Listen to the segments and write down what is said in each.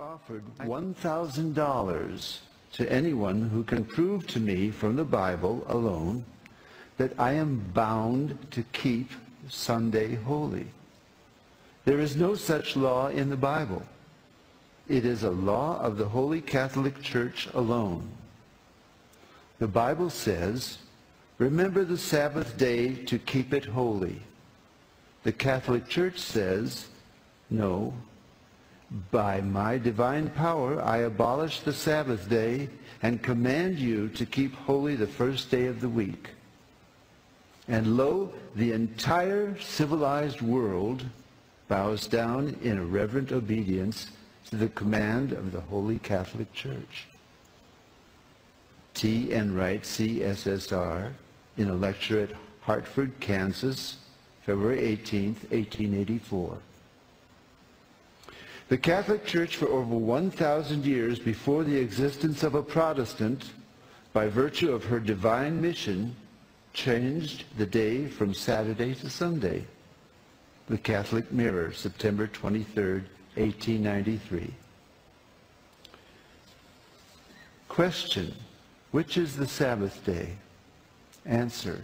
offered $1,000 to anyone who can prove to me from the Bible alone that I am bound to keep Sunday holy. There is no such law in the Bible. It is a law of the Holy Catholic Church alone. The Bible says, remember the Sabbath day to keep it holy. The Catholic Church says, no, by my divine power I abolish the Sabbath day and command you to keep holy the first day of the week. And lo, the entire civilized world bows down in a reverent obedience to the command of the Holy Catholic Church. T. Enright, CSSR, in a lecture at Hartford, Kansas, February 18, 1884. The Catholic Church for over 1,000 years before the existence of a Protestant, by virtue of her divine mission, changed the day from Saturday to Sunday. The Catholic Mirror, September 23, 1893. Question, which is the Sabbath day? Answer,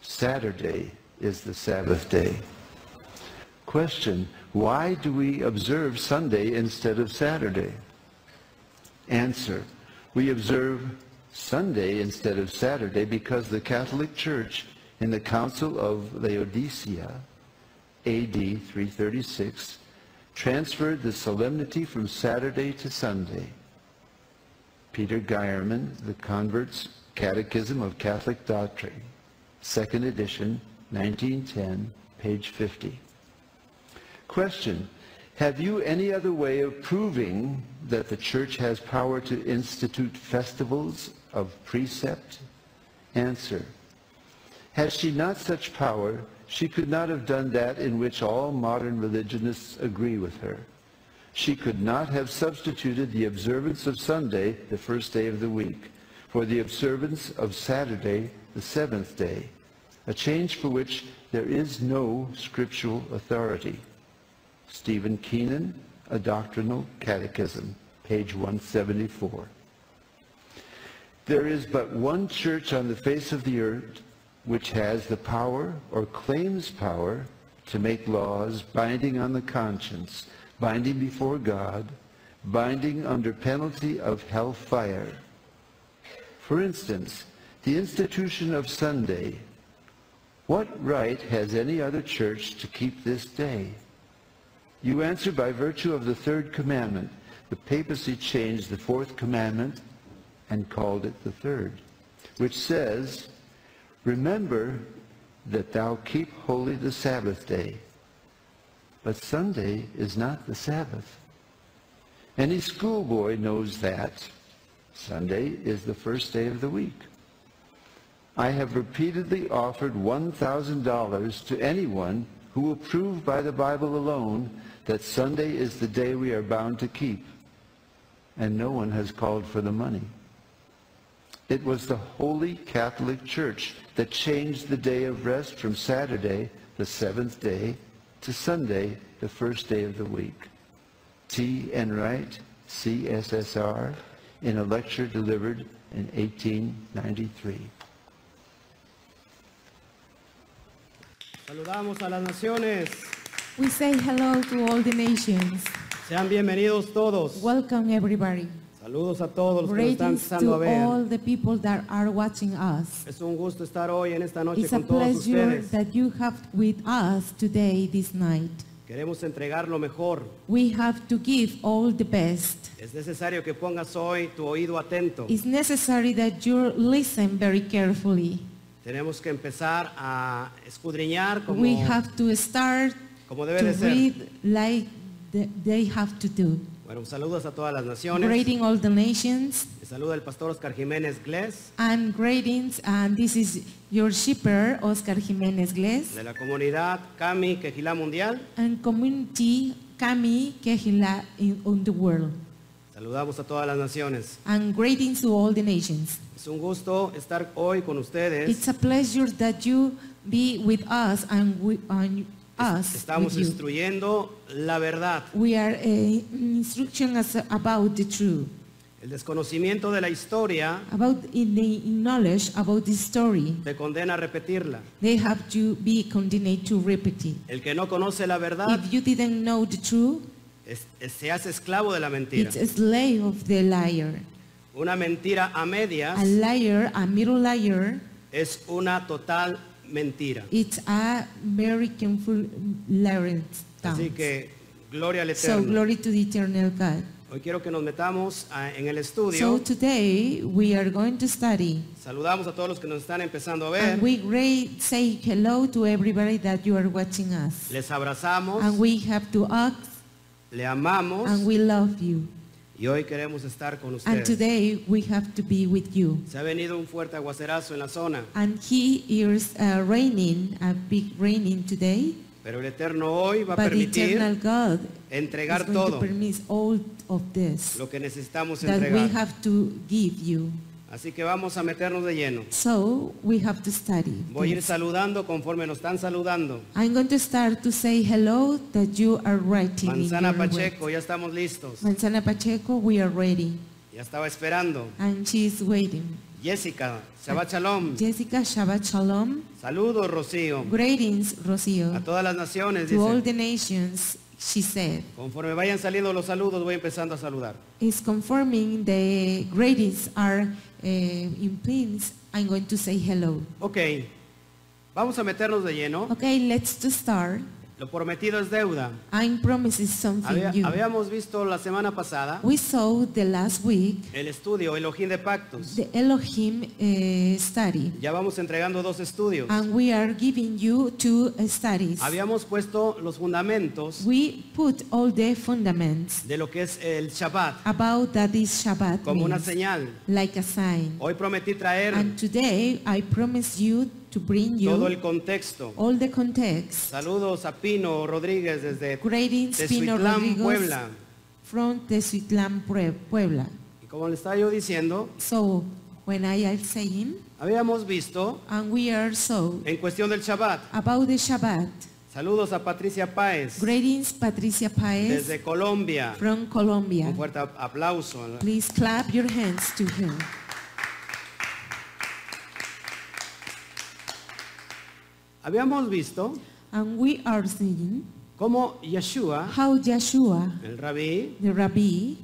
Saturday is the Sabbath day. Question, why do we observe Sunday instead of Saturday? Answer, we observe Sunday instead of Saturday because the Catholic Church in the Council of Laodicea, AD 336, transferred the solemnity from Saturday to Sunday. Peter Geierman, The Convert's Catechism of Catholic Doctrine, second edition, 1910, page 50. Question. Have you any other way of proving that the church has power to institute festivals of precept? Answer. Had she not such power, she could not have done that in which all modern religionists agree with her. She could not have substituted the observance of Sunday, the first day of the week, for the observance of Saturday, the seventh day, a change for which there is no scriptural authority. Stephen Keenan, A Doctrinal Catechism, page 174. There is but one church on the face of the earth which has the power or claims power to make laws binding on the conscience, binding before God, binding under penalty of hell fire. For instance, the institution of Sunday. What right has any other church to keep this day? You answer by virtue of the third commandment. The papacy changed the fourth commandment and called it the third, which says, Remember that thou keep holy the Sabbath day. But Sunday is not the Sabbath. Any schoolboy knows that. Sunday is the first day of the week. I have repeatedly offered $1,000 to anyone who will prove by the Bible alone that Sunday is the day we are bound to keep. And no one has called for the money. It was the Holy Catholic Church that changed the day of rest from Saturday, the seventh day, to Sunday, the first day of the week. T. Enright, CSSR, in a lecture delivered in 1893. Saludamos a las naciones. We say hello to all the nations. Sean bienvenidos todos. Welcome everybody. Saludos a todos los que nos están Greetings empezando a to all ver. the people that are watching us. Es un gusto estar hoy en esta noche It's a con todos pleasure ustedes. that you have with us today, this night. Queremos entregar lo mejor. We have to give all the best. Es necesario que pongas hoy tu oído atento. It's necessary that you listen very carefully. Tenemos que empezar a escudriñar como, We have to start como debe to de ser. read like the- they have to do. Bueno, saludos a todas las naciones. Greeting all the nations. Les saluda el pastor Oscar Jiménez Glés And greetings, and this is your shipper, Oscar Jiménez Gles, de la comunidad Cami Quejilá Mundial. and community Kami Kehila in, on the world. Saludamos a todas las naciones. And greetings to all the nations. Es un gusto estar hoy con ustedes. It's a pleasure that you be with us and, we, and, us with Estamos you. instruyendo la verdad. We are uh, instructing us about the truth, El desconocimiento de la historia about in the knowledge about this story. te condena a repetirla. They have to be condemned to repeat it. El que no conoce la verdad If you didn't know the truth, es- es- se hace esclavo de la mentira. it's a slave of the liar. Una mentira a medias A liar, a middle liar, es una total mentira. it's a very careful liar. Así que gloria al So Eterno. glory to the eternal God. Hoy quiero que nos metamos ah, en el So estudio. today we are going to study. Saludamos a todos los que nos están empezando a ver. And we great say hello to everybody that you are watching us. Les abrazamos, And we have to act le amamos and we love you. y hoy queremos estar con And ustedes. today we have to be with you. Se ha venido un fuerte aguacerazo en la zona, And he is uh, raining, a big raining today. pero el Eterno hoy va a But the eternal permitir God is entregar going todo to permit all of this lo que necesitamos that we entregar. have to give you. Así que vamos a meternos de lleno. So we have to study. Voy a ir this. saludando conforme nos están saludando. I'm going to start to say hello that you are writing. in Manzana your web. Pacheco, ya estamos listos. Manzana Pacheco, we are ready. Ya estaba esperando. And she is waiting. Jessica, Shabbat Shalom. Jessica Shabbat Shalom. Saludos, Rocío. Greetings, A Rocio. todas las naciones, To all dice. the nations, she said. Conforme vayan saliendo los saludos, voy empezando a saludar. Is confirming the greetings are uh, in place. I'm going to say hello. Ok, vamos a meternos de lleno. Okay, let's to start. Lo prometido es deuda. I'm promising Había- something new. habíamos visto la semana pasada We saw the last week el estudio Elohim de Pactos. the Elohim uh, study, Ya vamos entregando dos estudios. and we are giving you two uh, studies. Habíamos puesto los fundamentos We put all the fundaments de lo que es el Shabbat about that is Shabbat como una means, señal. like a sign. Hoy prometí traer And today I promise you to bring you todo el contexto. all the context. Saludos a Pino Rodríguez desde Greetings, Pino Tezuitlán, Rodriguez Puebla. from Tezuitlán, Pue- Puebla. Y como le estaba yo diciendo, So when I am saying, habíamos visto and we are so en cuestión del Shabbat. about the Shabbat. Saludos a Patricia Páez Greetings, Patricia Paez desde Colombia. from Colombia. Un fuerte ap- aplauso. Please clap your hands to him. Habíamos visto And we are seeing cómo Yeshua, how Joshua, el rabí, the rabbi,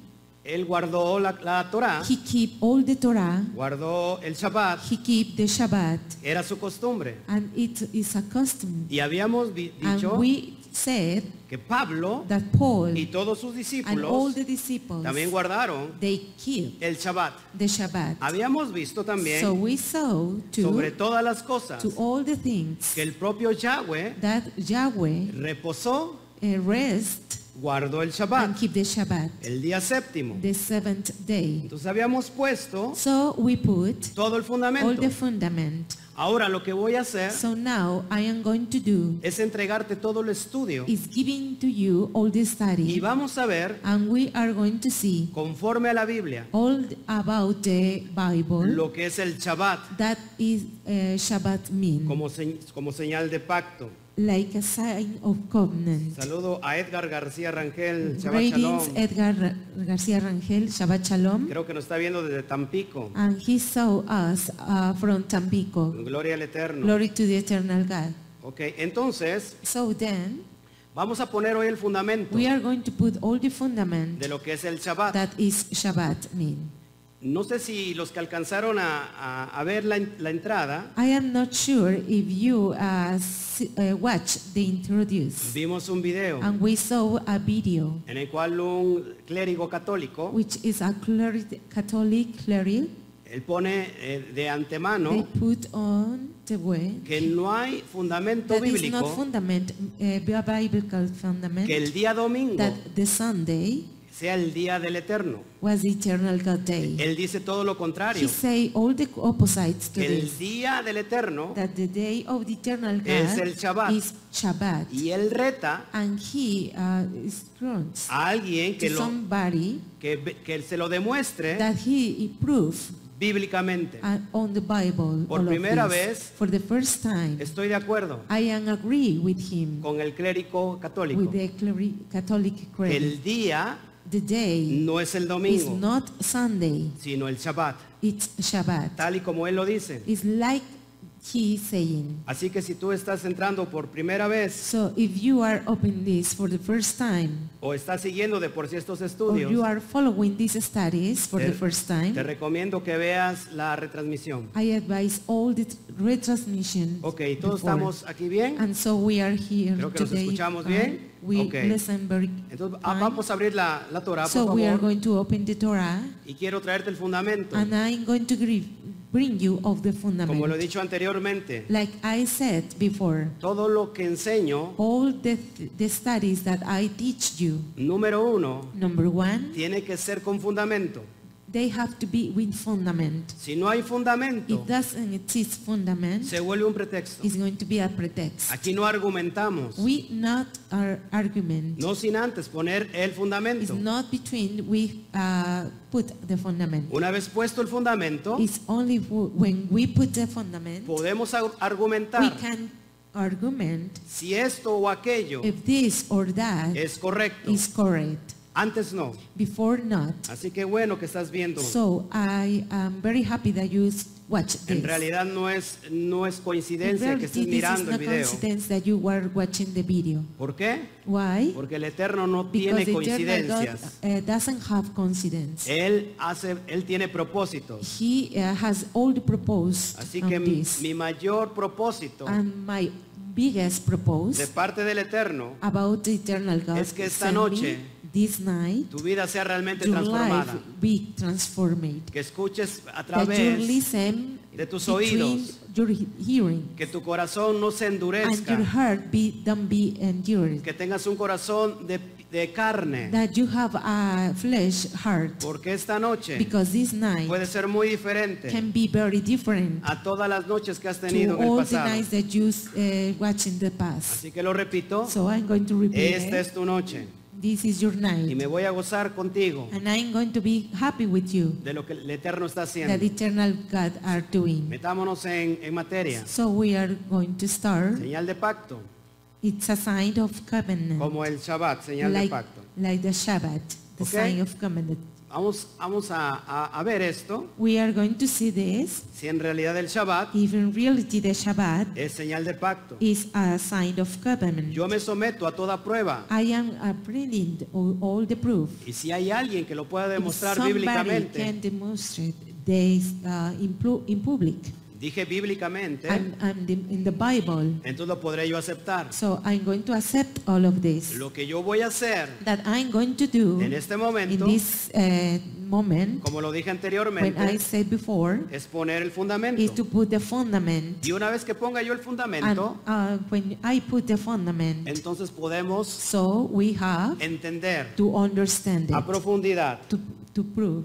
él guardó la, la Torah, he keep all the Torah, guardó el Shabbat, he keep the Shabbat, era su costumbre. and it is a custom. Y habíamos vi- And dicho we said que Pablo that Paul y todos sus and all discípulos the disciples, también guardaron they keep el Shabbat. the Shabbat. Habíamos visto So también, we saw sobre to, todas las cosas, to all the things que el propio Yahweh that Yahweh reposó, uh, rest guardó el and Shabbat, keep the Shabbat, el día séptimo. the seventh day. Entonces habíamos puesto So we put todo el all the fundamento. fundament. Ahora lo que voy a hacer So now I am going to do es entregarte todo el estudio is giving to you all the y study vamos a ver, and we are going to see conforme a la Biblia, all about the Bible lo que es el Shabbat that is uh, Shabbat mean como, se- como señal de pacto. like a sign of covenant. Saludo a Edgar García Rangel, Shabbat Greetings Shalom. Edgar Ra- García Rangel, Shabbat Shalom. Creo que nos está viendo desde Tampico. And he saw us uh, from Tampico. Gloria al Eterno. Glory to the eternal God. Ok, entonces So then vamos a poner hoy el fundamento we are going to put all the fundament de lo que es el Shabbat. that is Shabbat mean. No sé si los que alcanzaron a, a- a ver la, en- la entrada, I am not sure if you uh, s- uh, watch the introduce vimos un video and we saw a video en el cual un clérigo católico, which is a cleric, Catholic cleric. él pone eh, de They antemano put on the way que no hay fundamento that is not bíblico fundament, uh, biblical fundament que el día domingo that the Sunday sea el día del eterno. was the eternal God day. Él dice todo lo He contrario, say all the opposites to que el this día del eterno that the day of the eternal God Es el Shabbat. is Shabbat y él reta and he uh, is grunts a alguien que, to lo, somebody que, ve- que se lo demuestre that he proved bíblicamente. uh, on the Bible. Por all of primera this. vez- for the first time, Estoy de acuerdo I am agree with him con el clérigo católico. with the cleri- Catholic creed. El día the day no es el is domingo, not Sunday; sino el Shabbat, it's Shabbat. tal y como él lo dice. It's like he saying. Así que si tú estás entrando por primera vez So if you are open this for the first time, o estás siguiendo de por sí estos or you estudios, are following these studies for Oh, te, the first te time, recomiendo que veas la retransmisión. I advise all the t- retransmission. Ok, todos before. estamos aquí bien. And so we are here Creo que nos today. escuchamos uh, bien. We Ok. listen very Entonces ah, fine. vamos a abrir la, la Torah, por So we are favor. going to open the Torah Y quiero traerte el fundamento. and I'm going to give, bring you of the Como lo he fundament. dicho anteriormente, Like I said before, todo lo que enseño, all the, the studies that I teach you, número uno, number one, tiene que ser con fundamento. they have to be with fundament. Si no hay fundamento, It doesn't exist fundament, se vuelve un pretexto. it's going to be a pretext. Aquí no argumentamos. We not our argument. No sin antes poner el It's fundamento. not between we uh, put the fundament. Una vez puesto el fundamento, It's only w- when we put the fundament, podemos ar- we argumentar can argument si esto o aquello if this or that es correcto. is correct. Antes no. Before not. Así que bueno que estás viendo. So I am very happy that you s- watch En this. realidad no es, no es In coincidencia reality, que estés this is mirando el not video. coincidence that you were watching the video. ¿Por qué? Why? Porque el Eterno no Because tiene the eternal God coincidencias. Eh. uh, doesn't have coincidence. Él hace, él tiene propósitos. He uh, has all the proposed Así on que mi, this. mi mayor propósito And my biggest de propose parte del Eterno, about the eternal God Es que esta send me noche this night tu vida sea realmente your life transformada. be transformed. Que escuches a That you través, listen de tus between oídos. your he- hearing que tu corazón no se and your endurezca, heart be don't be endured. que tengas un corazón de, de carne, That you have a flesh heart porque esta noche because this night puede ser muy diferente can be very different a todas las noches que has to tenido en el all the pasado. nights that you uh, watch in the past. Así que lo repito, So I'm going to repeat esta es tu noche this is your y night me voy a gozar contigo and I'm going to be happy with you. de lo que el Eterno está that haciendo. eternal God are doing. Metámonos en, en materia. So we are going to start. Señal de pacto, It's a sign of covenant, como el Shabbat, señal de like, pacto. like the Shabbat, the Okay. sign of covenant. Vamos, vamos a, a- a ver esto, We are going to see this. si en realidad el Shabbat If in reality the Shabbat es señal de pacto. is a sign of covenant, Yo me someto a toda prueba I am apprehending all, all the proof. Y si hay alguien que lo pueda If demostrar somebody bíblicamente, can demonstrate this uh, in, pu- in public dije bíblicamente, and, and in in the Bible, entonces lo podré yo aceptar. so I'm going to accept all of this. Lo que yo voy a hacer that I'm going to do en este Mm-hmm. in momento, this uh, moment, como lo dije when I anteriormente, said before, es poner el is to fundamento. put the fundament. Y una vez que ponga yo el And fundamento, uh, when I put the fundament, entonces podemos so we have entender to understand a it, profundidad to, to prove,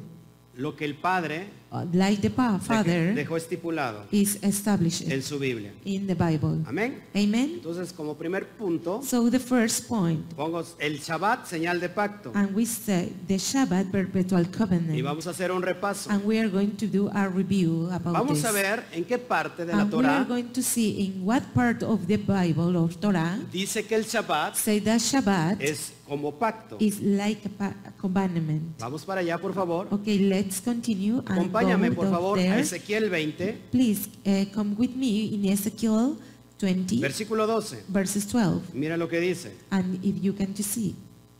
lo que el Padre uh, like the pa- dej- Father dejó estipulado is established en su Biblia. in the Bible. Amén. Amen. Entonces, como primer punto, So the first point, pongo el Shabbat, señal de pacto. and we say the Shabbat perpetual Y covenant, vamos a hacer un repaso. and we are going to do a review about Vamos this. a ver en qué parte de la And we are Torá going to see in what part of the Bible or Torah dice que el Shabbat say that Shabbat es como pacto. is like a pa- a commandment. Vamos para allá, por favor. Okay, let's continue and Acompáñame, go por down favor, a there. Ezequiel 20, Please eh, come with me in Ezekiel 20, versículo 12. verses 12. Mira lo que dice. And if you can to see.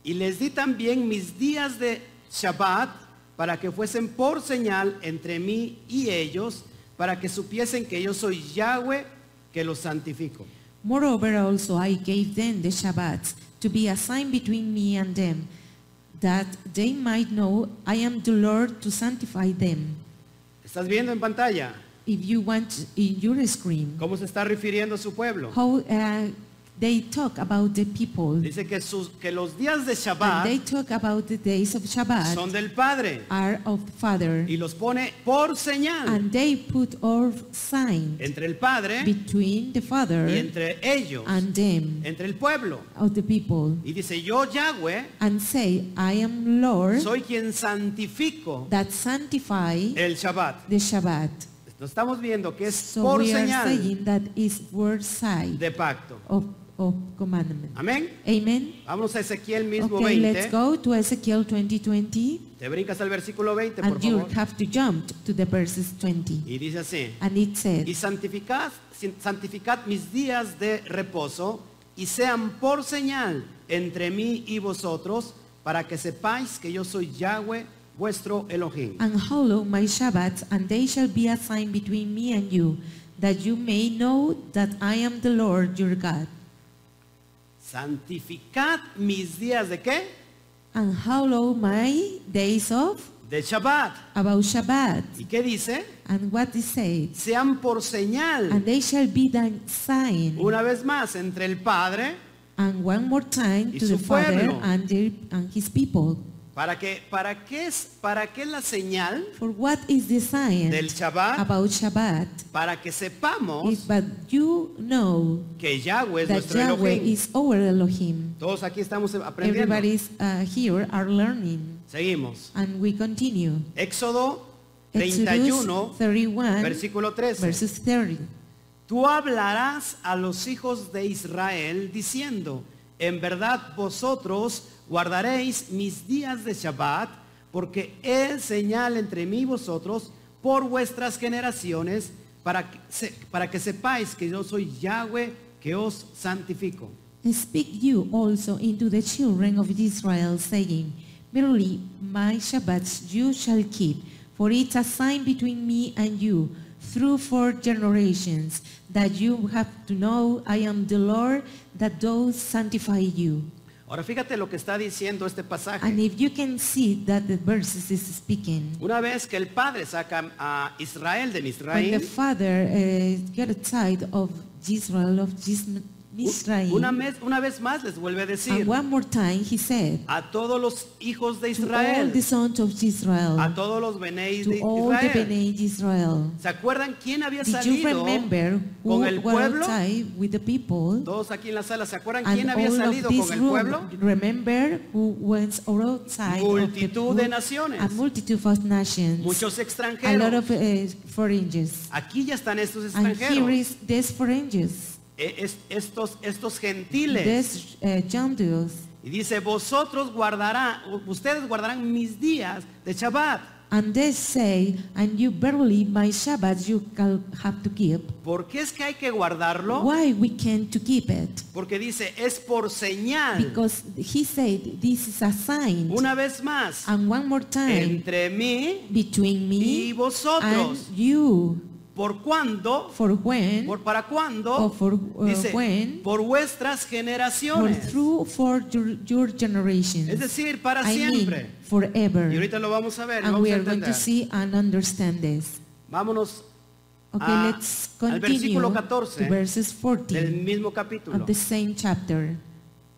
Y les di también mis días de Shabbat para que fuesen por señal entre mí y ellos, para que supiesen que yo soy Yahweh que los santifico. Moreover, also I gave them the Shabbats to be a sign between me and them, that they might know I am the Lord to sanctify them. ¿Estás viendo en pantalla If you want in your screen, cómo se está refiriendo a su pueblo? How uh, They talk about the people. Dice que, sus- que los días de And they Shabbat talk about the days of Shabbat son del Padre are of the Father. y los pone por señal And they put all sign entre el Padre between the y Father entre ellos, and them entre el pueblo. of the people. Y dice, yo Yahweh And say, I am Lord soy quien santifico that sanctify el Shabbat. the Shabbat. Nos estamos viendo que es So por we are señal saying that is word side de pacto. of, of commandment. Amén. Amen. Vamos a Ezequiel mismo Okay, let's 20. go to Ezekiel 2020 Te brincas al versículo 20, por and you favor. have to jump to the verses 20. Y dice así. And it Y says, santificad, sin- santificad mis días de reposo y sean por señal entre mí y vosotros para que sepáis que yo soy Yahweh vuestro Elohim. And hallow my Shabbats, and they shall be a sign between me and you, that you may know that I am the Lord your God. Santificad mis días de qué? And hallow my days of De Shabbat. about Shabbat, ¿Y qué dice? and what it says, Sean por señal. and they shall be the sign, Una vez más, entre el Padre and one more time Y to su the Father pueblo. and, their, and his people. para que para qué es para qué la señal For what is the sign del Shabbat about Shabbat? para que Is sepamos but you know que Yahweh es that nuestro Yahweh Elohim. is our Elohim. Todos aquí estamos aprendiendo. Everybody's uh, here are learning, Seguimos. and we continue. Éxodo Exodus 31, 31, versículo 13. verses 30. Tú hablarás a los hijos de Israel diciendo, en verdad vosotros guardaréis mis días de Shabbat, porque es señal entre mí y vosotros por vuestras generaciones, para que, se- para que sepáis que yo soy Yahweh que os santifico. Speak you also into the children of Israel, saying, Verily, my Shabbats you shall keep, for it's a sign between me and you, through four generations, that you have to know I am the Lord, that those sanctify you. Ahora fíjate lo que está diciendo este And pasaje. if you can see that the verses is speaking, Una vez que el Padre saca a Israel de when the Misraim, father uh, got tired of Israel of Jis- una, Misraim, mes- una vez más les vuelve a and decir, one more time he said, a todos los hijos de to all the Israel, sons of Israel, a todos los benéis de to all the Israel. Bnei Israel. ¿Se acuerdan quién había Did you salido? remember who con el were pueblo? outside with the people? Todos aquí en la sala, ¿se acuerdan quién And había all salido of con this el pueblo? room, remember who went outside of the Multitud de people? naciones. A multitude of nations. Muchos A lot extranjeros. of uh, foreigners. Aquí ya están estos And here extranjeros, is these foreigners, e- es- estos, estos gentiles. these uh, Gentiles, Y dice, vosotros guardará, ustedes guardarán mis días de Shabbat. and they say, and you barely my Shabbat you cal- have to keep. ¿Por qué es que hay que guardarlo? Why we can't to keep it? Porque dice, es por señal. Because he said this is a sign, Una vez más, and one more time entre mí between y me and vosotros. you, ¿Por cuándo? for when, ¿Por para cuándo? or for uh, Dice, when, por vuestras for generaciones. through for your, your generations. Es decir, para I siempre. mean, forever. Y ahorita lo vamos a ver, lo and vamos we a are going to entender. see and understand this. Vámonos Okay, Ah, let's al continue versículo 14 to verses del 14 mismo capítulo. of the same chapter.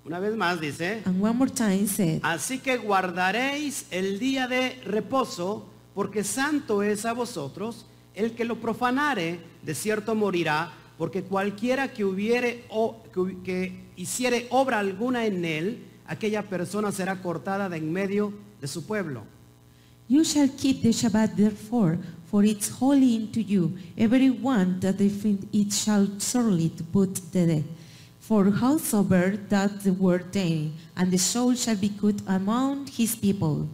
Una vez más dice, And one more time said, así que guardaréis el día de reposo, porque santo es a vosotros, el que lo profanare, de cierto morirá, porque cualquiera que hubiere o que, hu- que hiciere obra alguna en él, aquella persona será cortada de en medio de su pueblo. You shall keep the Shabbat therefore, for it's holy unto you. Every one that defend it shall surely to put the dead. For howsoever that the word day, and the soul shall be good among his people.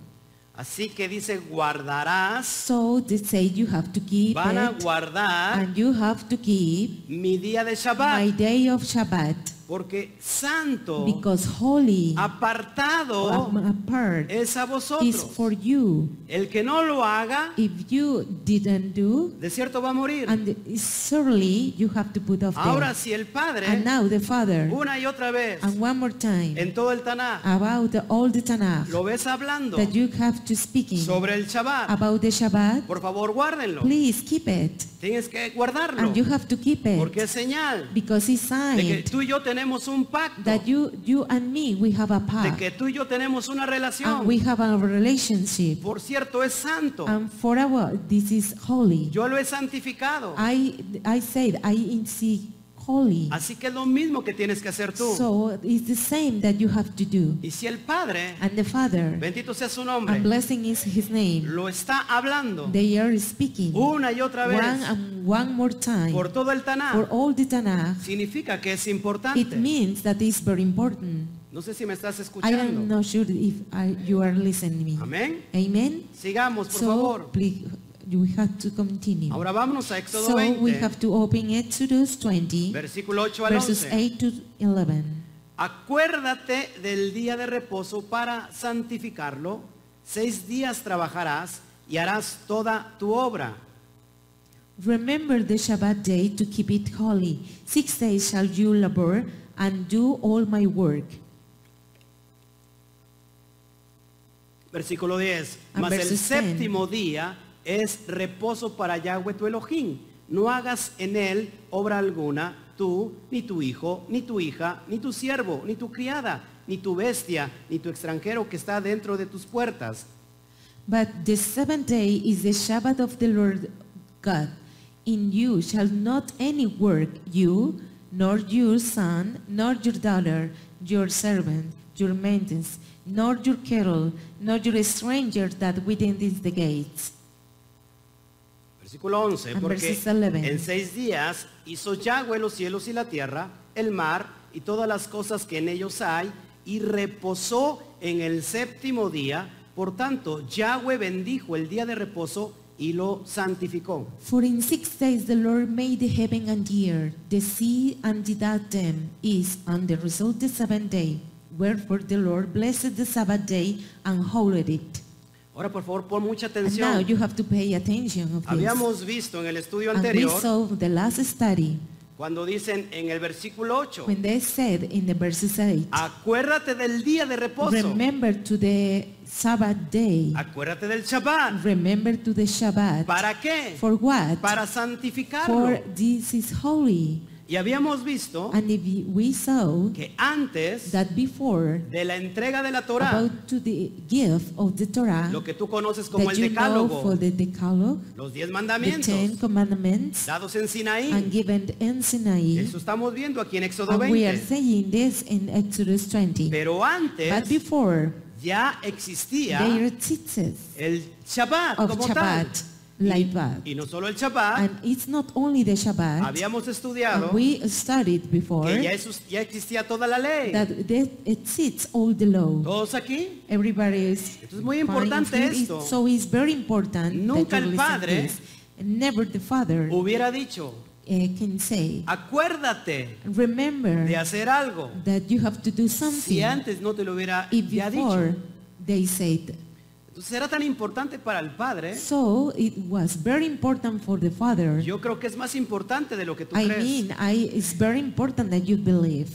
Así que dice, guardarás, So they say you have to keep van a it, guardar and you have to keep mi día de Shabbat, my day of Shabbat, porque santo, because holy apartado, am apart es a is vosotros. for you. El que no lo haga, If you didn't do, de cierto va a morir. and surely you have to put off Ahora them. si el And Padre, now the Father, una y otra vez, and one more time, en todo el Taná, about the, all the Tanakh, lo ves hablando Ah. that you have to speaking sobre el Shabbat. about the Shabbat, Por favor, guárdenlo. please keep it. Tienes que guardarlo, And you have to keep porque it, es señal because it's de que signed, tú y yo tenemos un pacto, that you, you and me, we have a de pact que tú y yo tenemos una and relación. we have a relationship. Por cierto, es santo. And for our, this is holy. Yo lo he santificado. I, I said, I in- see holy. Así que es lo mismo que tienes que hacer tú. So it's the same that you have to do. Y si el Padre, And the Father, bendito sea su and nombre, blessing is his name, lo está hablando they are speaking una y otra vez one and one more time por todo el for Taná, all the Tanakh. significa que es It importante. means that it's very important. No sé si me estás I am escuchando. not sure if I, you are listening me. Amén. Amen? Sigamos, por So favor. please, we have to continue. Ahora vámonos a Éxodo So we 20, have to open Exodus 20, versículo 8 al verses 11. 8 to 11. Acuérdate del día de reposo para santificarlo. Seis días trabajarás y harás toda tu obra. Remember the Shabbat day to keep it holy. Six days shall you labor and do all my work. Versículo 10. And Mas el verses 10. séptimo día es reposo para Yahweh tu Elohim. No hagas en él obra alguna, tú, ni tu hijo, ni tu hija, ni tu siervo, ni tu criada, ni tu bestia, ni tu extranjero que está dentro de tus puertas. But the seventh day is the Shabbat of the Lord God. In you shall not any work, you, nor your son, nor your daughter, your servant, your maidens, nor your cattle, nor your stranger that within these the gates. Versículo 11, And porque verses 11. en seis días hizo Yahweh los cielos y la tierra, el mar y todas las cosas que en ellos hay, y reposó en el séptimo día. Por tanto, Yahweh bendijo el día de reposo y lo santificó. For in six days the Lord made the heaven and the earth, the sea and the that them is, and the result the seventh day. Wherefore the Lord blessed the Sabbath day and hallowed it. Ahora, por favor, pon mucha And now atención. you have to pay attention of this. Habíamos visto en el estudio And we anterior, saw the last study cuando dicen en el versículo 8, when they said in the verses 8, acuérdate del día de reposo, remember to the Sabbath day, acuérdate del Shabbat. remember to the Shabbat. ¿Para qué? For what? Para For santificarlo. this is holy. Y habíamos visto And if we saw que antes that before de la entrega de la Torah, about to the gift of the Torah lo que tú conoces como that el you know for decálogo, the Decalogue, los diez the Ten mandamientos Commandments, dados en and Sinaí, given in Sinai. eso estamos viendo aquí en Éxodo And we are 20. saying this in Exodus 20. Pero But antes before, ya existía they are teachers el Shabbat of como tal. Shabbat, like that. Y no solo el Shabbat, And it's not only the Shabbat, habíamos estudiado and we studied before, que ya, esos- ya existía toda la ley. that they- it sits all the law. Todos aquí, Everybody is Oh. Esto es muy fine importante with it. esto. So it's very important Nunca that you el listen padre this. Never the father hubiera dicho, eh, can say, acuérdate remember de hacer algo. that you have to do Si something antes no te lo hubiera if ya dicho. before they said. Entonces era tan importante para el padre. So it was very important for the father. ¿Eh? Yo creo que es más importante de lo que tú I crees. mean, I, it's very important that you believe.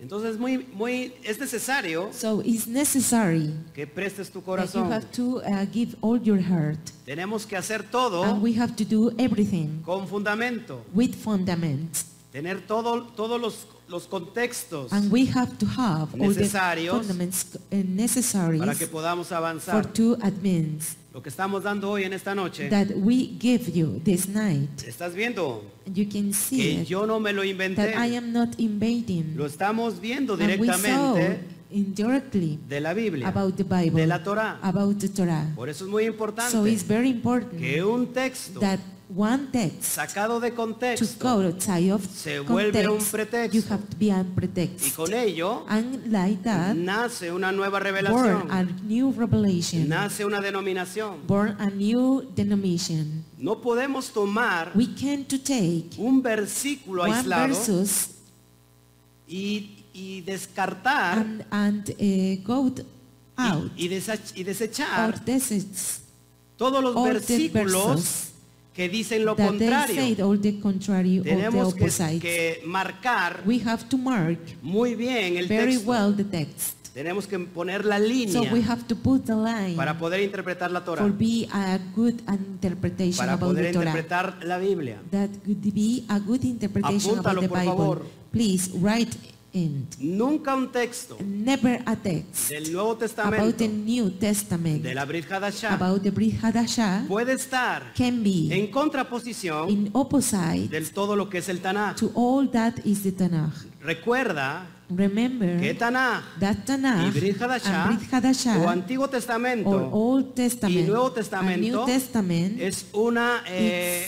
Entonces muy, muy, es necesario So it's necessary que prestes tu that you corazón. have to uh, give all your heart. Tenemos que hacer And todo we have to do everything con fundamento. with fundament. Tener todo, todos los, los contextos And we have to have all the Necesarios. fundaments uh, necessary para que podamos for avanzar. two admins Lo que estamos dando hoy en esta noche. that we give you this night. Estás viendo You can see que it, yo no me lo eh, that I inventé. am not invading. Lo estamos viendo And we saw directamente indirectly de la Biblia, about the Bible, de la Torá. about the Torah. Por eso es muy So it's importante very important que un texto that one text sacado de to contexto go outside of se vuelve un context, pretexto. you have to be a y pretext. con ello And like that, nace una nueva born a revelación, new revelation, nace una denominación. born a new denomination. No podemos tomar We can to take un versículo one aislado versus y, y descartar and, and uh, go out y, y desach- y or desechar deserts todos los all the versículos verses que dicen lo that they contrario. said all the contrary or the Tenemos que, opposite. que marcar we have to mark muy bien el very texto. well the text. Tenemos que poner la So we línea have to put the line para poder interpretar la for Torah, be a good interpretation para about poder the Torah. interpretar la Biblia. That could be a good interpretation about Apúntalo, the por Bible. favor. Please write end. Nunca un texto Never a text del Nuevo about the Testamento, New Testament, de la Brit Hadashah, about the Brit Hadashah, puede estar can be en contraposición in opposite del todo lo que es el Tanaj. to all that is the Tanakh. Recuerda que Remember Tanaj that y Tanakh Brit Hadashah, Mm. and Brit Hadashah o Antiguo or Testamento Old y Testament Nuevo and New Testamento Testament es una eh,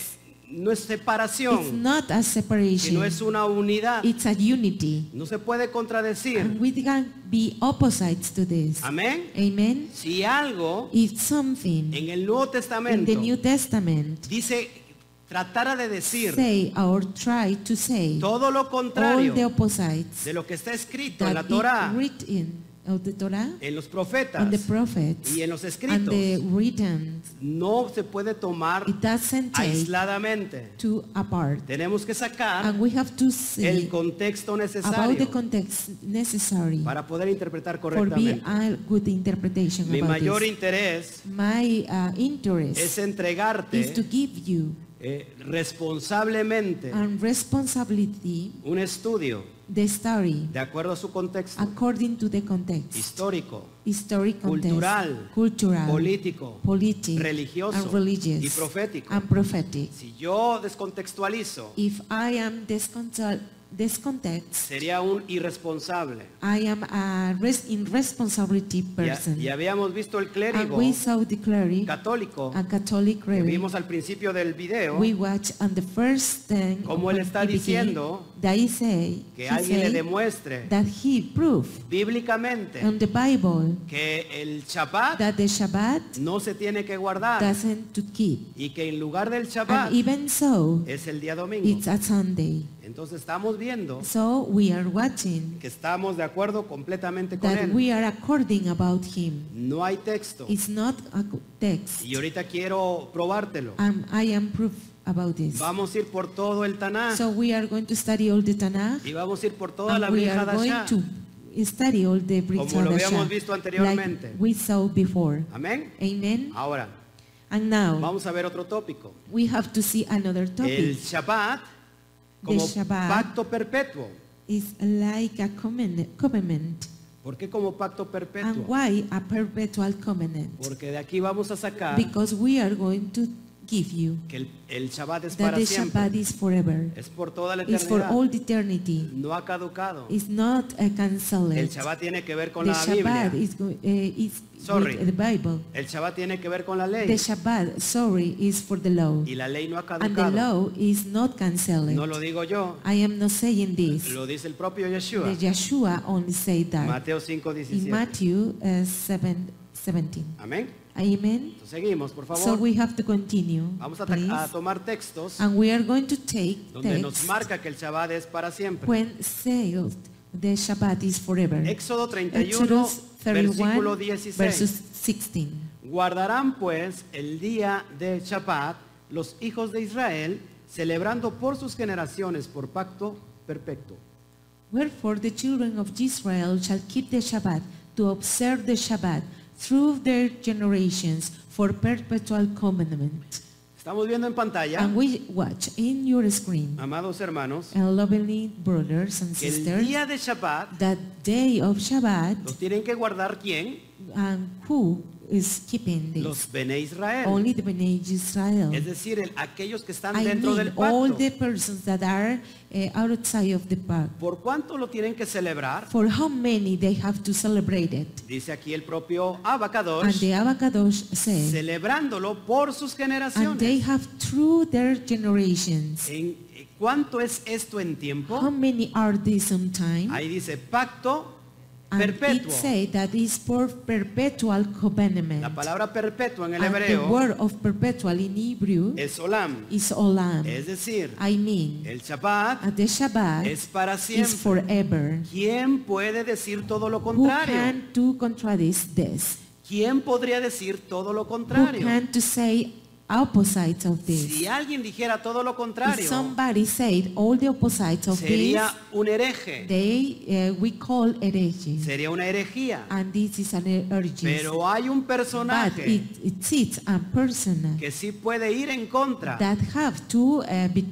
no es it's separación, not a separation, sino es una unidad. it's a unity. No se puede And contradecir. we can be opposites to this. Amén. Amen. Si algo If something en el Nuevo in the Testamento New Testament dice tratara de decir say or try to say todo lo all the contrario opposites de lo que está escrito en la that is Torá, written of the Torah en los profetas and the prophets y en los and the escritos, written, no se puede tomar it doesn't take aisladamente. two apart. Tenemos que sacar And we have to el see contexto about the necesario context necessary para poder interpretar for be correctamente. a good interpretation Mi about mayor this. interés My uh, es interest is to entregarte give you eh, responsablemente and responsibility un estudio the story de acuerdo a su contexto according to the context, histórico, historic context, Cultural, cultural, político. politic, religioso and religious, y profético. and prophetic. Si yo descontextualizo, If I am desconta- descontext, sería un irresponsable. I am a res- irresponsibility Y, a- person. y habíamos visto el and clérigo we saw the cleric, católico a Catholic que cleric, vimos al principio del video we watch on the first thing Como él está diciendo that he say, que he alguien le say demuestre that he proved bíblicamente on the Bible que el Shabbat that the Shabbat no se tiene que guardar doesn't to keep. y que en lugar del Shabbat And even so, es el día domingo. it's a Sunday. Entonces estamos viendo So we are watching que estamos de acuerdo completamente con that él. we are according about him. No hay texto. It's not a co- text. Y ahorita quiero probártelo. Um, I am proof about this. Vamos a ir por todo el Tanaj So we are going to study all the Tanakh. y vamos a ir por toda la And we are brigada going to study all the Brit Como lo habíamos Hadashah, visto anteriormente. Like we saw before. Amén. Amen. Ahora, And now Ah. vamos a ver otro tópico. we have to see another El topic. Shabbat como Shabbat. pacto perpetuo. It's like a covenant. covenant. ¿Por qué como pacto And perpetuo? why a perpetual covenant? Porque de aquí vamos a sacar Because we are going to give you que el, el Shabbat es that para the siempre. Shabbat is forever. Es por toda la It's for eternidad. all eternity. No ha caducado. It's not a El cancelled. Shabbat tiene que ver con the la Biblia. Shabbat is, go- eh, is Sorry. with the Bible. El Shabbat tiene que ver con la ley. The Shabbat, sorry, is for the law. Y la ley no ha And the caducado. law is not cancelled. No lo digo yo, I am not saying this. lo dice el propio Yeshua. The Yeshua only said that. Mateo 5, In 17. Matthew uh, 7, 17. Amén. Amen. Entonces, seguimos, por So favor. we have to continue, Vamos a, ta- a please. tomar textos And we are going to take donde nos text marca que el Shabbat es para siempre. when sailed the Shabbat is forever. Éxodo 31, Exodus 31, versículo 16. versus 16. Guardarán pues el día de Shabbat los hijos de Israel, celebrando por sus generaciones por pacto perfecto. Wherefore the children of Israel shall keep the Shabbat to observe the Shabbat through their generations for perpetual commandment. Estamos viendo en pantalla, And we watch in your screen, amados hermanos, and lovingly brothers and que el sisters, día de Shabbat that day of los Shabbat, tienen que guardar quién? and who is keeping this? Los Bene Israel. Only the Bnei Israel. Es decir, el- aquellos que están I dentro del mean, all pacto. the persons that are eh, outside of the park. ¿Por cuánto lo tienen que celebrar? For how many they have to celebrate it? Dice aquí el propio And Abacadosh, the Abacadosh said, celebrándolo por sus and they generaciones. have through their generations. ¿En eh, cuánto es esto en How tiempo? many are these on time? Ahí dice pacto And it perpetuo. say that is for perpetual covenant. La palabra perpetuo en el and the hebreo word of perpetual in Hebrew es olam. is olam. Es decir, I mean, el Shabbat and the Shabbat es para is siempre. forever. ¿Quién puede decir todo lo Who contrario? can to contradict this? ¿Quién podría decir todo lo Who contrario? can to say opposite of this. Si alguien dijera todo lo If contrario, somebody said all the opposite of this, sería un hereje, they uh, we call herejes, sería una herejía. and this is an heresis. Pero hay un But it, personaje it's it a person que sí puede ir en contra that have two uh, bit,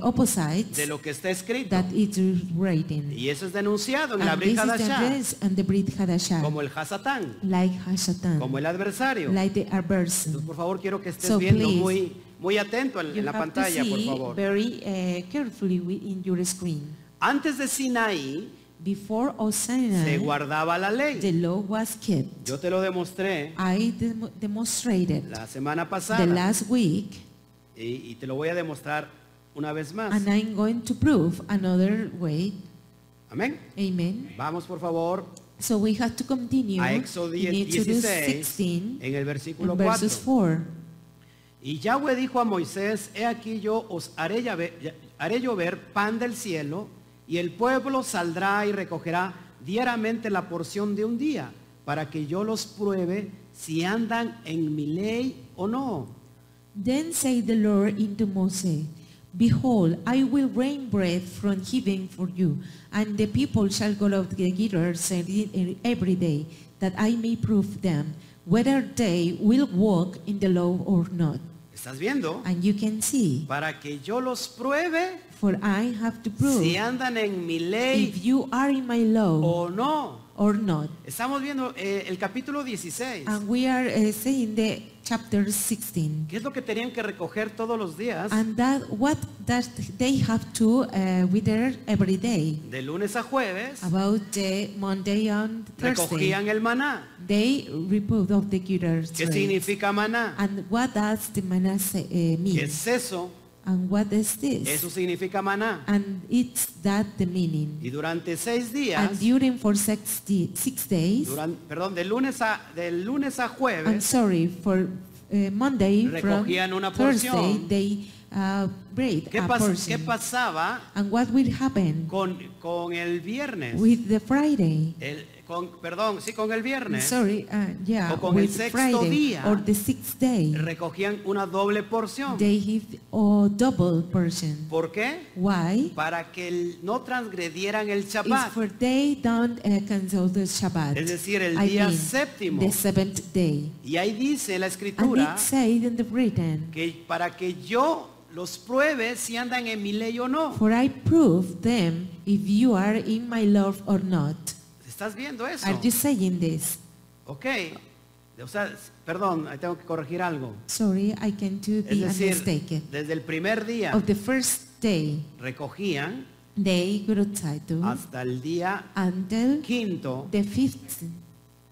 uh, opposites de lo que está escrito. that it is writing. Y eso es denunciado en la And this Brit is the Hadashah, dress and the Brit Hadashah, como el Hasatán, like Hashatan, como el adversario. like the adversary. Entonces, por favor, quiero que estés So, viendo please, muy, muy atento en, You en la have to pantalla, por see favor. very uh, carefully wi- in your screen. Antes de Sinaí Before se Osana, guardaba la ley. the law was kept. Yo te lo demostré I dem- demonstrated la semana the pasada last week, y, y te lo voy a demostrar una vez más. and I'm going to prove another way. Amén. Amen. Vamos, por favor, So we have to continue a Éxodo in 10, Exodus 16, 16, en el versículo and 4. verses 4. Y Yahweh dijo a Moisés, he aquí yo os haré, llave- ll- haré llover pan del cielo, y el pueblo saldrá y recogerá diariamente la porción de un día, para que yo los pruebe si andan en mi ley o no. Then said the Lord unto Moses, Behold, I will rain bread from heaven for you, and the people shall go out together every day, that I may prove them whether they will walk in the law or not. ¿Estás viendo? And you can see, Para que yo los pruebe for I have to prove si andan en mi ley if you are in my law o no. or not. Estamos viendo eh, el capítulo 16. And we are uh, saying the chapter 16. ¿Qué es lo que tenían que recoger todos los días? And that what that they have to uh, with their every day. De lunes a jueves About the Monday and Ah, Thursday, recogían el maná. they report of the Guitar's ¿Qué significa maná? And what does the manna say, eh, ¿Qué mean? es eso? And what is this? Eso significa maná. And it's that the meaning. Y durante seis días, And during for six, di- six days, duran- perdón, de lunes a, del lunes a I'm jueves, sorry, for uh, Monday from Recogían una Thursday, porción. they uh, braid ¿qué, a pas- qué portion. pasaba And what will happen con, con el viernes? with the Friday? El- con, perdón, sí, con el I'm viernes. sorry, uh, yeah, O con el with sexto Friday día. or the sixth day. Recogían una doble porción. They give a double portion. ¿Por qué? Why? Para que el- no transgredieran el It's Shabbat. for they don't uh, cancel the Shabbat. Es decir, el I día mean, séptimo. The seventh day. Y ahí dice la And escritura it said in the written, que para que yo los pruebe si andan en mi ley o no. for I prove them if you are in my love or not. ¿Estás viendo eso? Are you saying this? Ok. O sea, perdón, ahí tengo que corregir algo. Sorry, I can do Es be a decir, mistake. desde el primer día Of the first day, recogían they go outside to hasta el día until quinto the fifth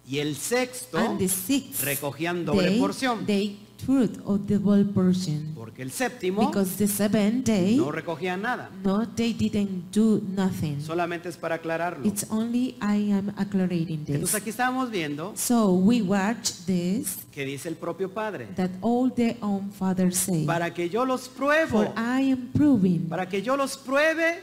y el sexto and the sixth recogían doble day, porción. They truth of the whole portion. porque el séptimo Because the seventh day, no recogían nada. no, they didn't do nothing. Solamente es para aclararlo. It's only I am acclarating Entonces this. aquí estamos viendo So we watch this, que dice el propio Padre, that all their own father say. para que yo los For pruebo, I am proving, para que yo los pruebe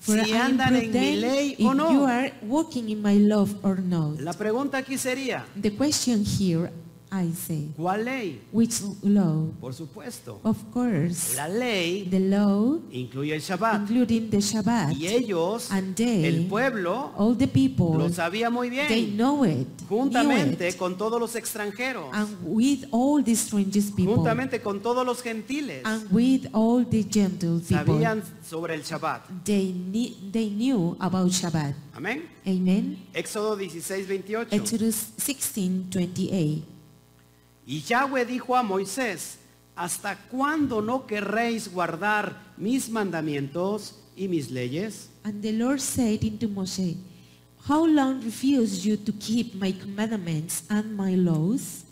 for si I am andan en prove mi them ley if o you no. are walking in my love or not. La pregunta aquí sería, The question here, I say, ¿cuál ley? which law? Por supuesto, Of course, la ley the law, incluye el Shabbat. including the Shabbat. Y ellos, Mm. And they, el pueblo, all the people, lo sabía muy they bien, know it, knew juntamente it, con todos los extranjeros, and with all the strangest people, juntamente con todos los gentiles, and with all the gentle people, sabían sobre el Shabbat. they, knew, they knew about Shabbat. Amén. Amen. Éxodo 16, 28. Exodus 16, 28. Y Yahweh dijo a Moisés, ¿hasta cuándo no querréis guardar mis mandamientos y mis leyes? And the Lord said unto Moses, How long refuse you to keep my commandments and my laws?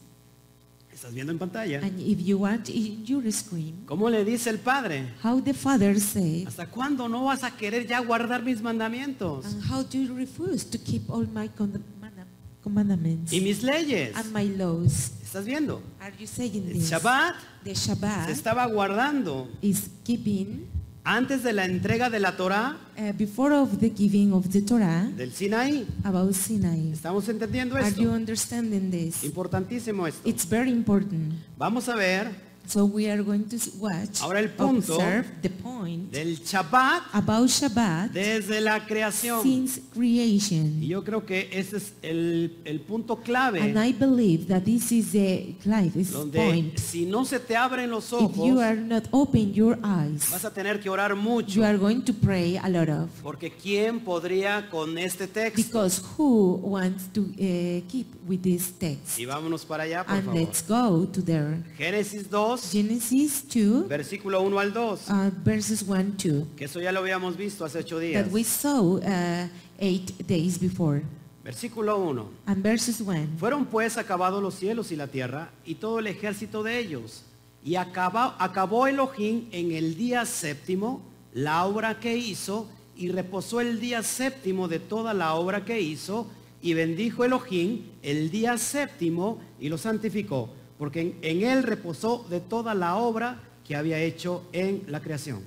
Estás viendo en pantalla. And if you want in your screen, ¿Cómo le dice el Padre? how the Father said, ¿Hasta cuándo no vas a querer ya guardar mis mandamientos And how do you refuse to keep all my con- mana- commandments y mis leyes? and my laws? ¿Estás viendo? Are you saying El this? Shabbat the se Shabbat estaba guardando is keeping antes de la entrega de la Torá uh, before of the giving of the Torah del Sinaí. about Sinai. ¿Estamos entendiendo Are you esto? understanding this? Importantísimo esto. It's very important. Vamos a ver So we are going to watch, Ahora el punto observe the point del Shabbat about Shabbat desde la creación. since creation. Y yo creo que ese es el, el punto And clave I believe that this is the Clive's donde point. si no se te abren los If you ojos, are not open your eyes, vas a tener que orar mucho. you are going to pray a lot of. Porque ¿quién podría con este texto? Because who wants to uh, keep with this text? Y vámonos para allá, por And favor. let's go to there. Génesis 2, Genesis 2, versículo 1 al 2. uh, verses 1, 2, Que eso ya lo habíamos visto hace ocho días. that we saw uh, eight days before. Versículo 1. And verses 1. Fueron pues acabados los cielos y la tierra y todo el ejército de ellos. Y acaba- acabó Elohim en el día séptimo la obra que hizo y reposó el día séptimo de toda la obra que hizo y bendijo Elohim el día séptimo y lo santificó, porque en, en él reposó de toda la obra que había hecho en la creación.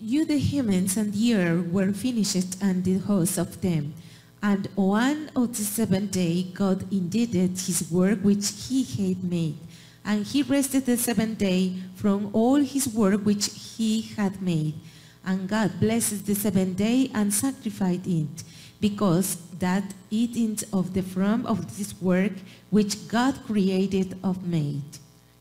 You the humans and the earth were finished and the host of them. And one of the seventh day God indeed did his work which he had made. And he rested the seventh day from all his work which he had made. And God blessed the seventh day and sanctified it, because that it is of the form of this work which God created of made.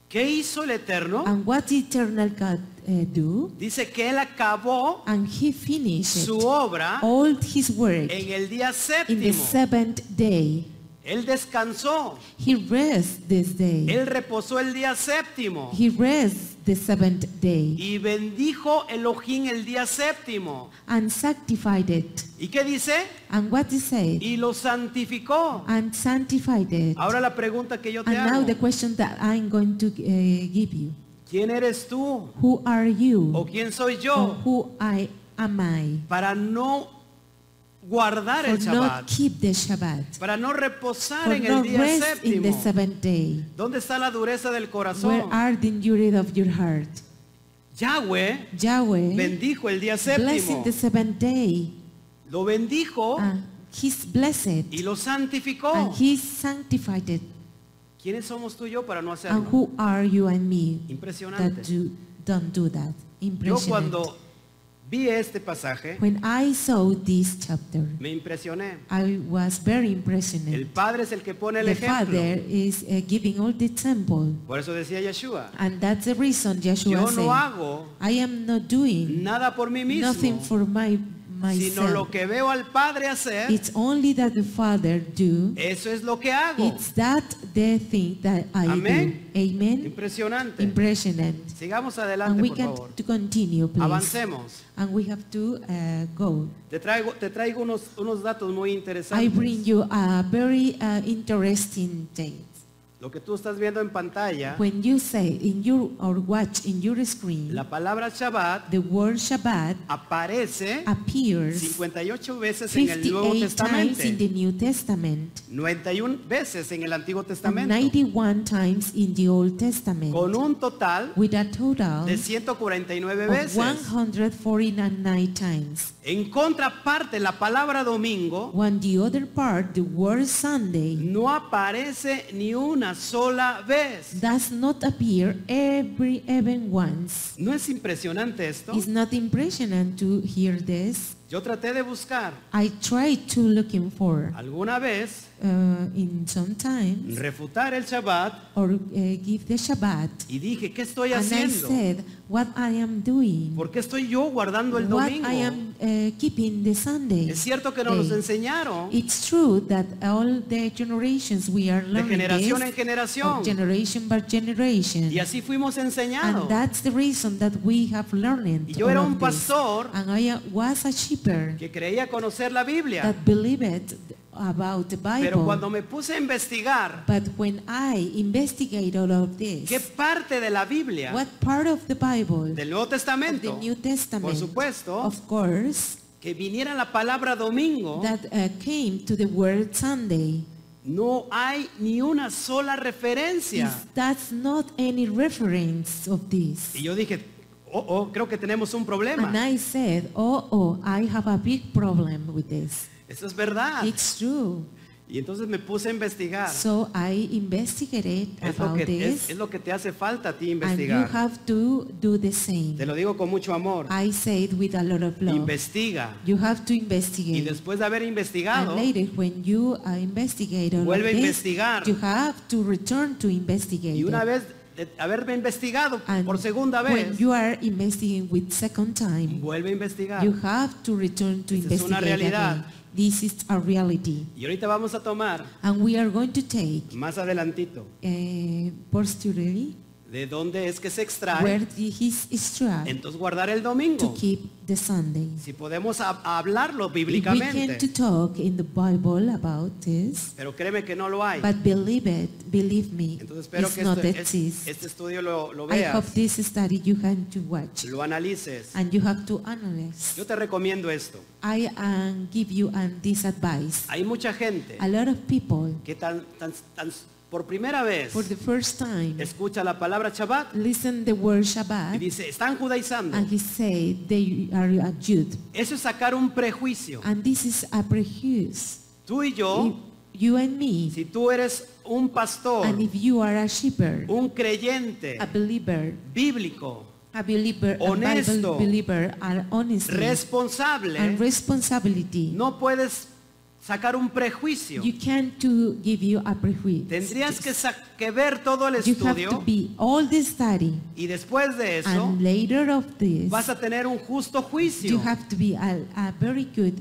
¿Qué hizo el Eterno? And what did eternal God uh, do? Dice que él acabó And he finished su obra all his work en el día in séptimo. the seventh day. Él descansó. He rests this day. Él reposó el día séptimo. He rests the seventh day Y bendijo Elohim el día séptimo. and sanctified it. ¿Y qué dice? And what is said? Y lo santificó. And sanctified it. Ahora la pregunta que yo te And now hago. the question that I'm going to uh, give you. ¿Quién eres tú? Who ¿O are you? quién soy Or yo? who I am I? Para no guardar For el not Shabbat. keep the Shabbat. Para no reposar For en el not día rest in the séptimo. seventh day. ¿Dónde está la dureza del Where corazón? are the injuries of your heart? Yahweh Yahweh bendijo el día blessed séptimo. the seventh day Lo bendijo Ah, he's blessed y lo santificó. and he's sanctified it. ¿Quiénes somos tú y yo para no And hacerlo? who are you and me that Impresionante. do, don't do that? Yo Impressionant. cuando vi este pasaje, when I saw this chapter, me impresioné. I was very El impressioned. Padre es el que pone el The ejemplo. Father is uh, giving all the temple, Por eso decía Yeshua, and that's the reason Yeshua yo said, no hago "I am not doing nada por mí nothing mismo, for my sino lo myself. que veo al Padre hacer, It's only that the Father do. eso es lo que hago. It's that the thing that I Amén. do." Amen. Impresionante. Impressionant. Sigamos And adelante, we por can favor. to continue, please. Avancemos. And we have to uh, go. Te traigo, te traigo unos, unos datos muy I bring interesantes. you a very uh, interesting thing. Lo que tú estás viendo en pantalla, When you say in your or watch in your screen, la palabra Shabbat the word Shabbat aparece appears 58 veces en el Nuevo 58 Testamento, times in the New Testament 91 veces en el Antiguo and Testamento, 91 times in the Old Testament, con un total with a total de 149 of veces. 149 times. En contraparte, la palabra domingo On the other part, the word Sunday no aparece ni una sola vez. does not appear every even once. ¿No es impresionante esto? It's not impressionant to hear this. Yo traté de buscar I tried to looking for alguna vez uh, in some time refutar el Shabbat or uh, give the Shabbat, y dije, ¿qué estoy and I haciendo? said what I am doing, ¿Por qué estoy yo guardando el what I domingo? am uh, keeping the Sunday. Es cierto que nos los day. enseñaron It's true that all the generations we are de learning generación en this, generación. of generation by generation. Y así fuimos enseñados. And that's the reason that we have learned. Y yo all era of un this. pastor And I was a shepherd que creía conocer la Biblia. that believed about the Pero Bible. cuando me puse a investigar But when I investigate all of this, qué parte de la Biblia what part of the Bible, del Nuevo of the Testamento, New Testament, por supuesto, of course, que viniera la palabra domingo, that uh, came to the word Sunday, no hay ni una sola referencia. is that's not any reference of this. Y yo dije, oh, oh, creo que tenemos un problema. And I said, oh, oh, I have a big problem with this. Eso es verdad. It's true. Y entonces me puse a investigar. So I investigated Ah. es, lo about que, this, es, es lo que te hace falta a ti and you investigar. have to do the same. Te lo digo con mucho amor. I say it with a lot of love. Investiga. You have to Y investigate. después de haber And investigado, later, when you are investigator of Vuelve a this, investigar. you have to return to investigate. y una it. vez de haberme investigado And por segunda when vez, you are investigating with second time, vuelve a investigar. you have to return to Esa es una investigate realidad. again. This is a reality, Y ahorita vamos a tomar and we are going to take más adelantito uh, posteriorly de dónde es que se where extrae, the, his is tried entonces guardar el to domingo. keep the Sunday. Si podemos a- a hablarlo We can to bíblicamente, talk in the Bible about this. pero créeme que no lo hay. But believe it, believe me, Entonces espero it's que not esto- that es- easy. este estudio lo, lo I hope veas, this study you have to watch lo analices. and you have to analyze. Yo te recomiendo esto. I um, give you um, this advice. Hay mucha gente A lot of people, que tan, tan, tan- por primera vez for the first time, escucha la palabra Shabbat listen the y word Shabbat dice, están judaizando. and he said they are a Jude. Eso es sacar un prejuicio. And this is a prejudice. Tú y If yo, you and me, si tú eres un pastor, and if you are a shepherd, un creyente a believer, bíblico, a believer, a Honesto. Bible believer, are honest and responsable, responsibility. no puedes sacar un prejuicio. You can't to give you a prejudice. Tendrías que, sa- que ver todo el you have to estudio be all the study y después de eso and later of this vas a tener un justo you juicio. have to be a, a very good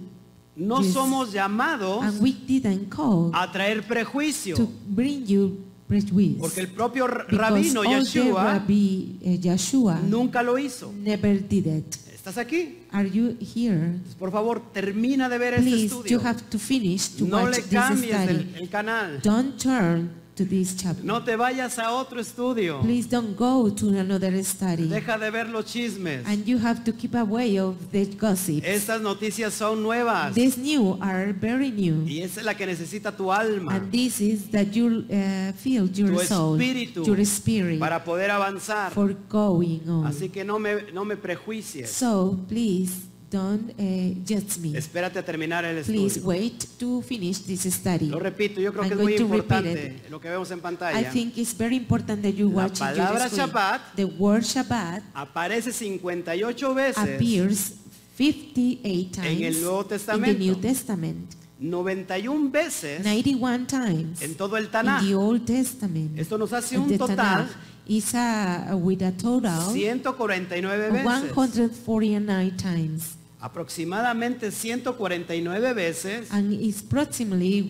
No Yes. somos llamados and we didn't call a traer to prejuicio, bring you prejudice porque el propio r- because rabino all the Yeshua rabbi eh, Yeshua nunca lo hizo. never did it. ¿Estás aquí? Are you here? Entonces, Por favor, termina de ver este Please, you estudio. have to finish to No watch le this cambies el, study. el canal. Don't turn to this chapter. No te vayas a otro estudio. Please don't go to another study. Deja de ver los chismes. And you have to keep away of the gossip. Estas noticias son nuevas These new are very new. y esa es la que necesita tu alma, And this is that you uh, feel your tu soul, espíritu, your spirit para poder avanzar. for going on. Así que no me, no me prejuicies. So please don't uh, judge me. Espérate a terminar el Please estudio. wait to finish this study. Lo repito, yo creo I'm que es muy going to repeat importante lo que vemos en I pantalla. think it's very important that you La watch it your palabra screen. Shabbat The word Shabbat Aparece 58 veces, appears 58 times el Nuevo in the New Testamento. Testament, 91 veces 91 times en todo el in Tanaj. the Old Testament. Esto nos hace And un the total Tanakh is a, with a total 149 veces. 149 times Aproximadamente 149 veces and it's approximately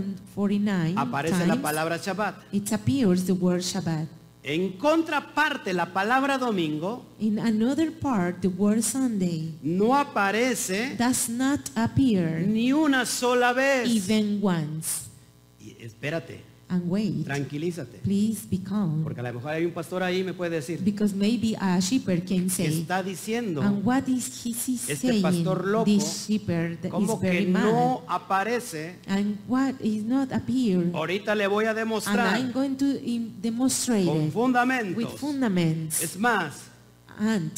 149 aparece times la palabra Shabbat. it appears the word Shabbat. En contraparte, la palabra domingo In another part, the word Sunday no aparece does not appear ni una sola vez. even once. Y espérate, And wait, tranquilízate, please be calm, porque a lo mejor hay un pastor ahí y me puede decir, because maybe a shepherd can ¿qué say, está diciendo? and what is he Este saying? pastor loco, this shepherd is Como que very mad. no aparece? And what is not appear, Ahorita le voy a and demostrar I'm going to im- demonstrate con it with fundamentos. fundaments Es más, and,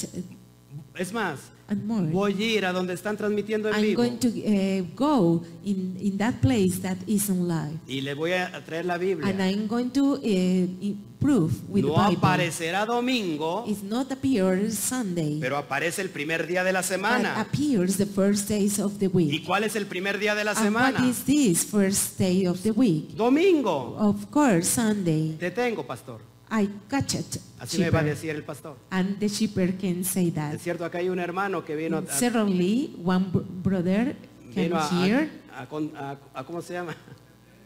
es más, and more. voy a ir a donde están transmitiendo en I'm vivo going to uh, go in, in that place that isn't live. y le voy a traer la And Biblia. I'm going to uh, i- prove with No the Bible. aparecerá domingo, It's not appear Sunday, pero aparece el primer día de la but semana. appears the first days of the ¿Y week. cuál es el primer día de la And what semana? is this first day of the week? Domingo. Of course, Sunday. Te tengo, pastor. I catch it. Así me va a shepherd. decir el pastor. And the shepherd can say that. Es cierto, acá hay un hermano que vino a, Mm, a- Certainly, one br- brother came ah, vino a- here a- a con- a- a- ¿cómo se llama?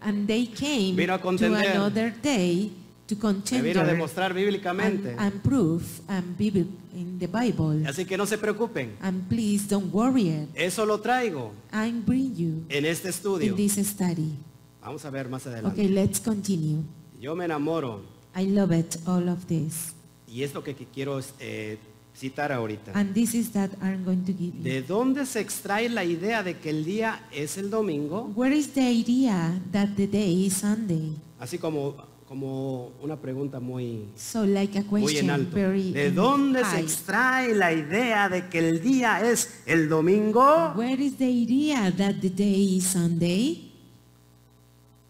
and they came Vino a to contender. another day to Me vino a contender demostrar and, bíblicamente. and prove and Bible in the Bible. Así que no se preocupen. And please don't worry it. Eso lo traigo I bring you en este estudio. in this study. Vamos a ver más adelante. Okay, let's continue. Yo me enamoro I love it, all of this. y es lo que quiero eh, citar ahorita. And this is that I'm going to give you. ¿De dónde se extrae la idea de que el día es el domingo? Where is the idea that the day is Sunday? Así como, como una pregunta muy, So like a muy question, en alto. very ¿De dónde se high. extrae la idea de que el día es el domingo? Where is the idea that the day is Sunday?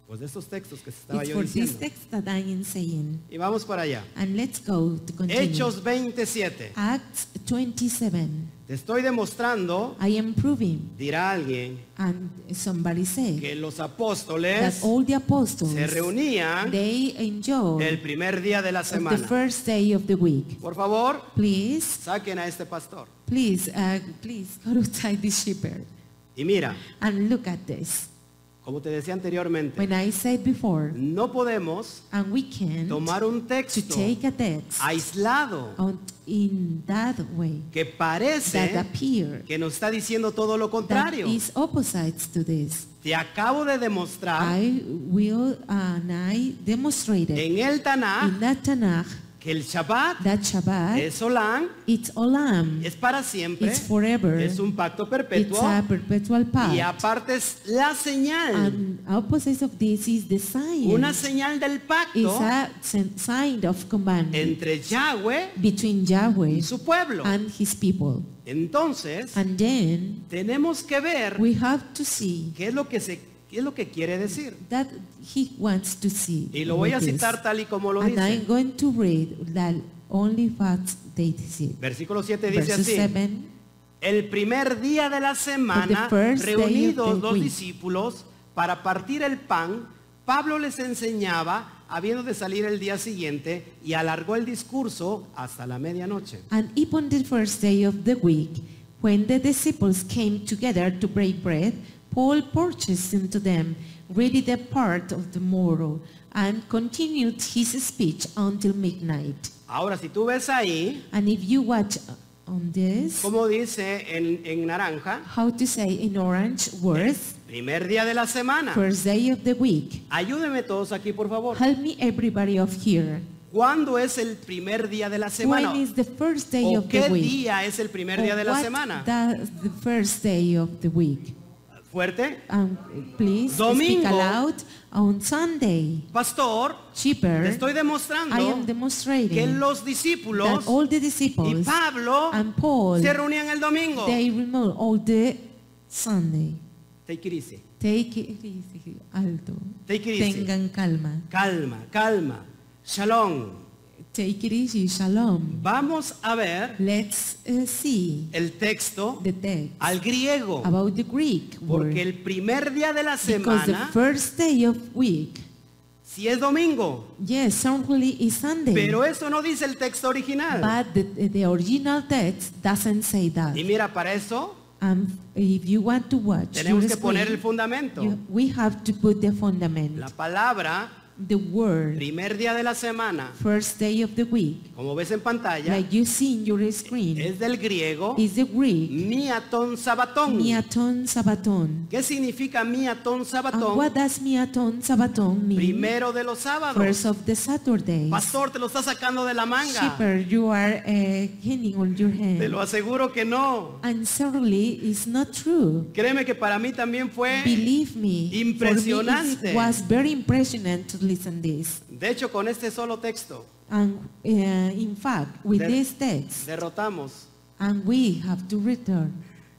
Pues de estos textos que se estaba It's yo for this diciendo. text that I am saying. Y vamos para allá. And let's go to continue. Hechos 27. Acts 27. Te estoy demostrando, I am proving, dirá alguien, and somebody said, que los that apóstoles all the apostles, se reunían they enjoy el primer día de la the semana. first day of the week. Por favor, Please, saquen a este pastor. please, uh, please go to tie the shepherd Y mira, and look at this. como te decía anteriormente, When I said before, no podemos and we can tomar un to texto take Oh. a text aislado on, in that way que that parece appear que nos está diciendo todo lo that contrario. is opposites to this. Te acabo de demostrar I will and I demonstrated en el Tanaj in that Tanakh que el Shabbat that Shabbat es Olán, it's olam, es para siempre, it's forever, es un pacto it's perpetuo a perpetual y pact. aparte es la señal, And opposite of this is the sign. una señal del It's pacto a sen- sign of commandment entre Yahweh between Yahweh y su pueblo. and his people. Entonces, And then tenemos que ver we have to see qué es lo que se qué es lo que quiere decir. that he wants to see. Y lo voy a with this. citar tal y como lo And I'm dice. going to read that only facts they see. Versículo 7 dice Verse así: 7, El primer día de la semana, For the first day of the reunidos los week. discípulos para partir el pan, Pablo les enseñaba, habiendo de salir el día siguiente, y alargó el discurso hasta la medianoche. and upon the first day of the week, when the disciples came together to break bread, Paul purchased unto them really the part of the morrow, and continued his speech until midnight. Ahora, si tú ves ahí, And if you watch on this, como dice en, en naranja, how to say in orange words, primer día de la semana. first day of the week. Ayúdenme todos aquí, por favor. Help me everybody of here. ¿Cuándo es el primer día de la semana? When is the first day ¿O of the qué week? día es el primer Or día de la what semana? does the first day of the week. Fuerte. Um, please speak Domingo. aloud on Sunday. Pastor, Cheaper. te estoy demostrando I am que demonstrating los discípulos that all the y disciples Pablo and Paul se reunían el domingo. they remove all the Sunday. Take it easy. Take it easy, alto. Take it easy. Tengan calma. Calma, calma. Shalom. Take it easy, shalom. Vamos a ver Let's uh, see el texto the text al griego. about the Greek word. Porque el primer día de la Because the semana, first day of week, si es domingo, yes, certainly is Sunday. pero eso no dice el texto original. but the, the original text doesn't say that. Y mira, para eso And Um, if you want to watch, tenemos your que poner el screen, fundamento. you- we have to put the fundament, La palabra the word, primer día de la semana, first day of the week, como ves en pantalla, like you see in your screen, es del griego is the Greek miaton sabatón. miaton sabaton. ¿Qué significa miaton And what sabatón? does miaton sabaton mean? Primero de los sábados. First of the Saturday. Pastor, te lo está sacando de la manga. Shepherd, you are uh, hanging on your hand. Te lo aseguro que no. And certainly it's not true. Créeme que para mí también fue. Believe me, for me Eh, Impresionante. it was very impressionant to listen this. De hecho, con este solo texto And uh, in fact, with There- this text, derrotamos. and we have to return.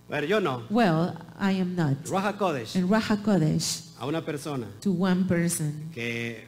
Bueno, yo no. Well, I am not. Raja Kodesh. In Raja Kodesh, A una persona to one person, que,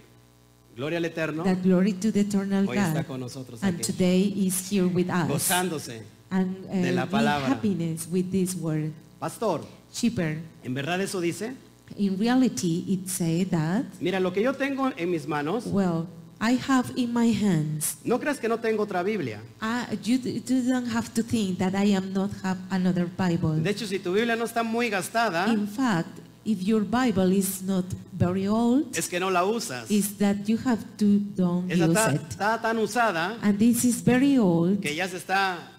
gloria al Eterno, that glory to the eternal hoy está God, con nosotros and aquí. today is here with us, Gozándose. and uh, de la with palabra. happiness with this word. Pastor, Cheaper. ¿en verdad eso dice? In reality, it say that Mira, lo que yo tengo en mis manos, Well, I have in my hands. no creas que no tengo otra Biblia. I, you, d- you don't have to think that I am not have another Bible. De hecho, si tu Biblia no está muy gastada, In fact, if your Bible is not very old, es que no la usas. is that you have to don't Esa use está, it. está tan usada And this is very old. que ya se está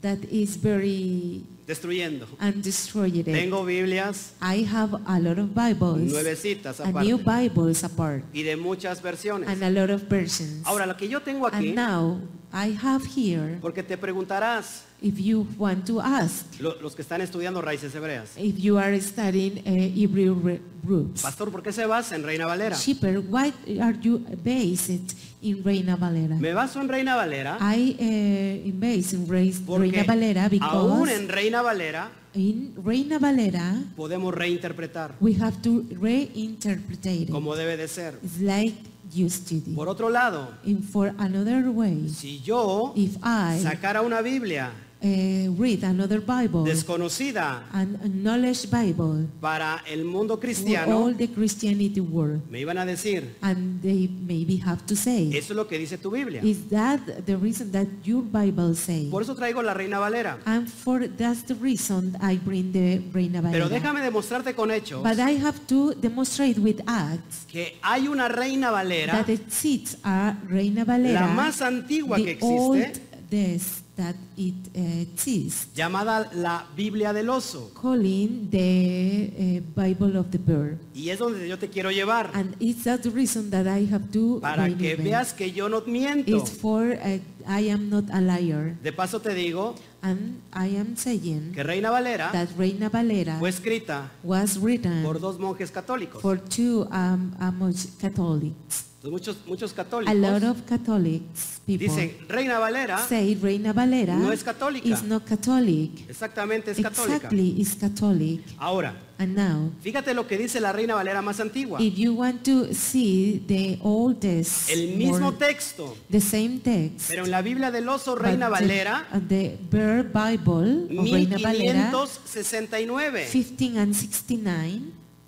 That is very destruyendo. and destroyed. It. Tengo Biblias I have a lot of Bibles, nuevecitas a new aparte Bibles apart, y de muchas versiones. and a lot of versions. Ahora, lo que yo tengo And aquí, now I have here, porque te preguntarás, if you want to ask, lo- los que están estudiando raíces hebreas, If you are studying uh, Hebrew re- roots, Pastor, ¿por qué se basa en Reina Valera? cheaper, why are you based in Reina Valera? Me baso en Reina Valera I uh, am based in Reis- porque Ah, Reina Valera aún because en Reina Valera in Reina Valera, podemos reinterpretar we have to reinterpret it. como debe de ser. It's like you study. Por otro lado, And for another way, si yo if I sacara una Biblia eh, read another Bible, desconocida an knowledge Bible, para el mundo for all cristiano, the Christianity world, me iban a decir, and they maybe have to say, eso es lo que dice tu Biblia. is that the reason that your Bible says? Por eso traigo la Reina Valera. And for that's the reason I bring the Reina Pero Valera. déjame demostrarte con hechos But I have to demonstrate with acts que hay una Reina Valera, that the seats are Reina la Valera, más antigua que the old existe, desk that it eh, exists, llamada la Biblia del oso. calling the uh, Bible of the Bird. Y es donde yo te quiero llevar, And it's that the reason that I have to para bring que it. eh. veas que yo no miento. It's for uh, I am not a liar, De paso te digo and I am saying que Reina Valera that Reina Valera fue escrita was written por dos monjes católicos. for two um, Amos Catholics. Muchos, muchos A lot católicos of Catholics people dicen, Reina Valera say Reina Valera Ah, no es católica. is not Catholic. exactamente es católica. Exactly, is Catholic. Ahora, And now, fíjate lo que dice la Reina Valera más antigua. if you want to see the oldest, El mismo word, texto, the same text, pero en la Biblia del oso but Reina the- Valera uh, the Bear Bible of Reina Valera, 1569. 15 and 69,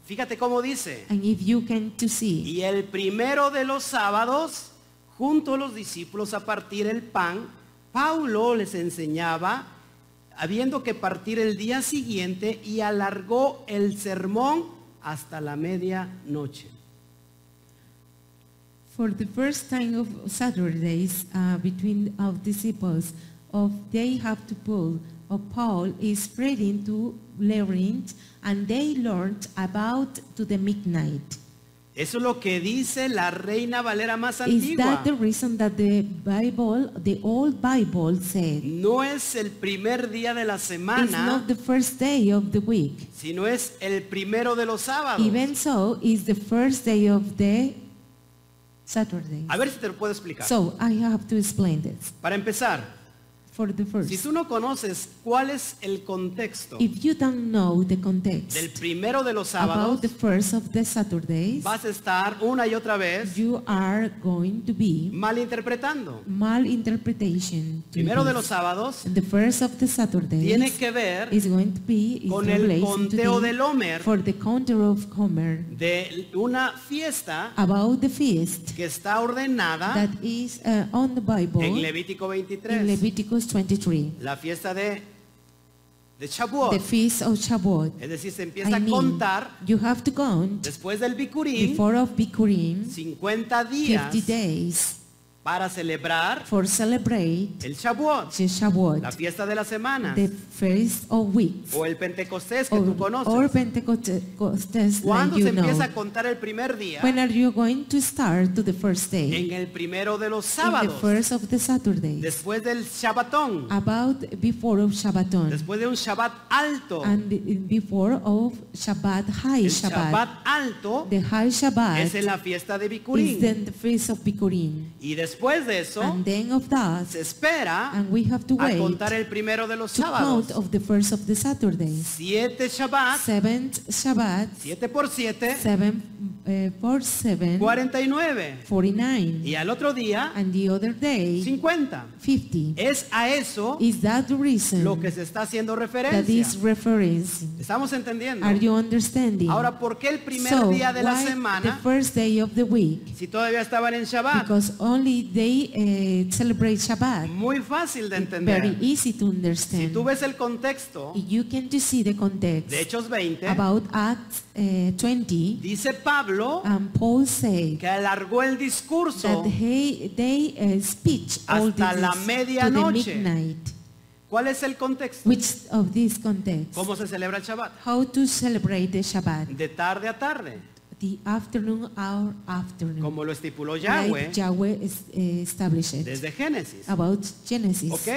Fíjate cómo dice. and if you can to see, Y el primero de los sábados, junto a los discípulos a partir el pan, Paulo les enseñaba, habiendo que partir el día siguiente, y alargó el sermón hasta la medianoche. for the first time of Saturdays uh, between of disciples, of they have to pull, of Paul is spreading to Labyrinth, and they learned about to the midnight. Eso es lo que dice la reina Valera más Is antigua. that the reason that the Bible, the old Bible said, No es el primer día de la it's semana, not the first day of the week. sino es el primero de los sábados. Even so, it's the first day of the Saturday. A ver si te lo puedo explicar. So I have to explain this Para empezar, for the si first. tú no conoces cuál es el contexto If you don't know the del context primero de los about sábados, the first of the Saturdays, vas a estar una y otra vez you are going to be malinterpretando. malinterpretation. to Primero de los this. sábados The first of the Saturdays tiene que ver is going to be is con el related to conteo the- del Homer for the counter of Comer de una fiesta about the feast que está ordenada that is uh, on the Bible Ah. en Levítico in 23, Leviticus 23, la fiesta de de the Shavuot. feast of Shavuot. Es decir, se empieza I a mean, contar you have to count después del Bikurim before of Bikurim 50 días 50 days para celebrar for celebrate el Shavuot, the la Shavuot, fiesta de la semana the first of weeks, o el Pentecostés que or, tú or conoces. Pentecostes like ¿Cuándo se you empieza know. a contar el primer día? When are you going to start to the first day? En el primero de los In the sábados, first of the Saturday. después del Shabbatón, About before of Shabbaton. después de un Shabbat alto. And be- before of Shabbat, High El Shabbat. Shabbat alto The High Shabbat es en la fiesta de is Bikurim. then the feast of Bikurim. Y después de eso, And then of that, se espera and we have to a wait contar el primero de los to count sábados. of the first of the Saturday. Siete Shabbat, Seventh Shabbat, siete por siete, seven eh, for seven, 49. 49. Y al otro día, And the other day, 50. 50. Es a eso Is that the reason lo que se está haciendo that is referencia. referencing? Estamos entendiendo. Are you understanding? Ahora, ¿por qué el primer so, día de la why semana, the first day of the week? si todavía estaban en Shabbat? Because only they uh, celebrate Shabbat. Muy fácil de Very entender. easy to Si understand. tú ves el contexto You can just see the context. de Hechos 20, About Acts uh, 20, dice Pablo um, Paul say que alargó el discurso. that he, they uh, speech all Hasta this la to the medianoche. midnight. ¿Cuál es el contexto? Which of this context? ¿Cómo se celebra el Shabbat? How to celebrate the Shabbat? De tarde a tarde, The afternoon hour afternoon. como lo estipuló Like Yahweh Yahweh is, eh, established. desde Génesis. About Genesis. ¿Ok?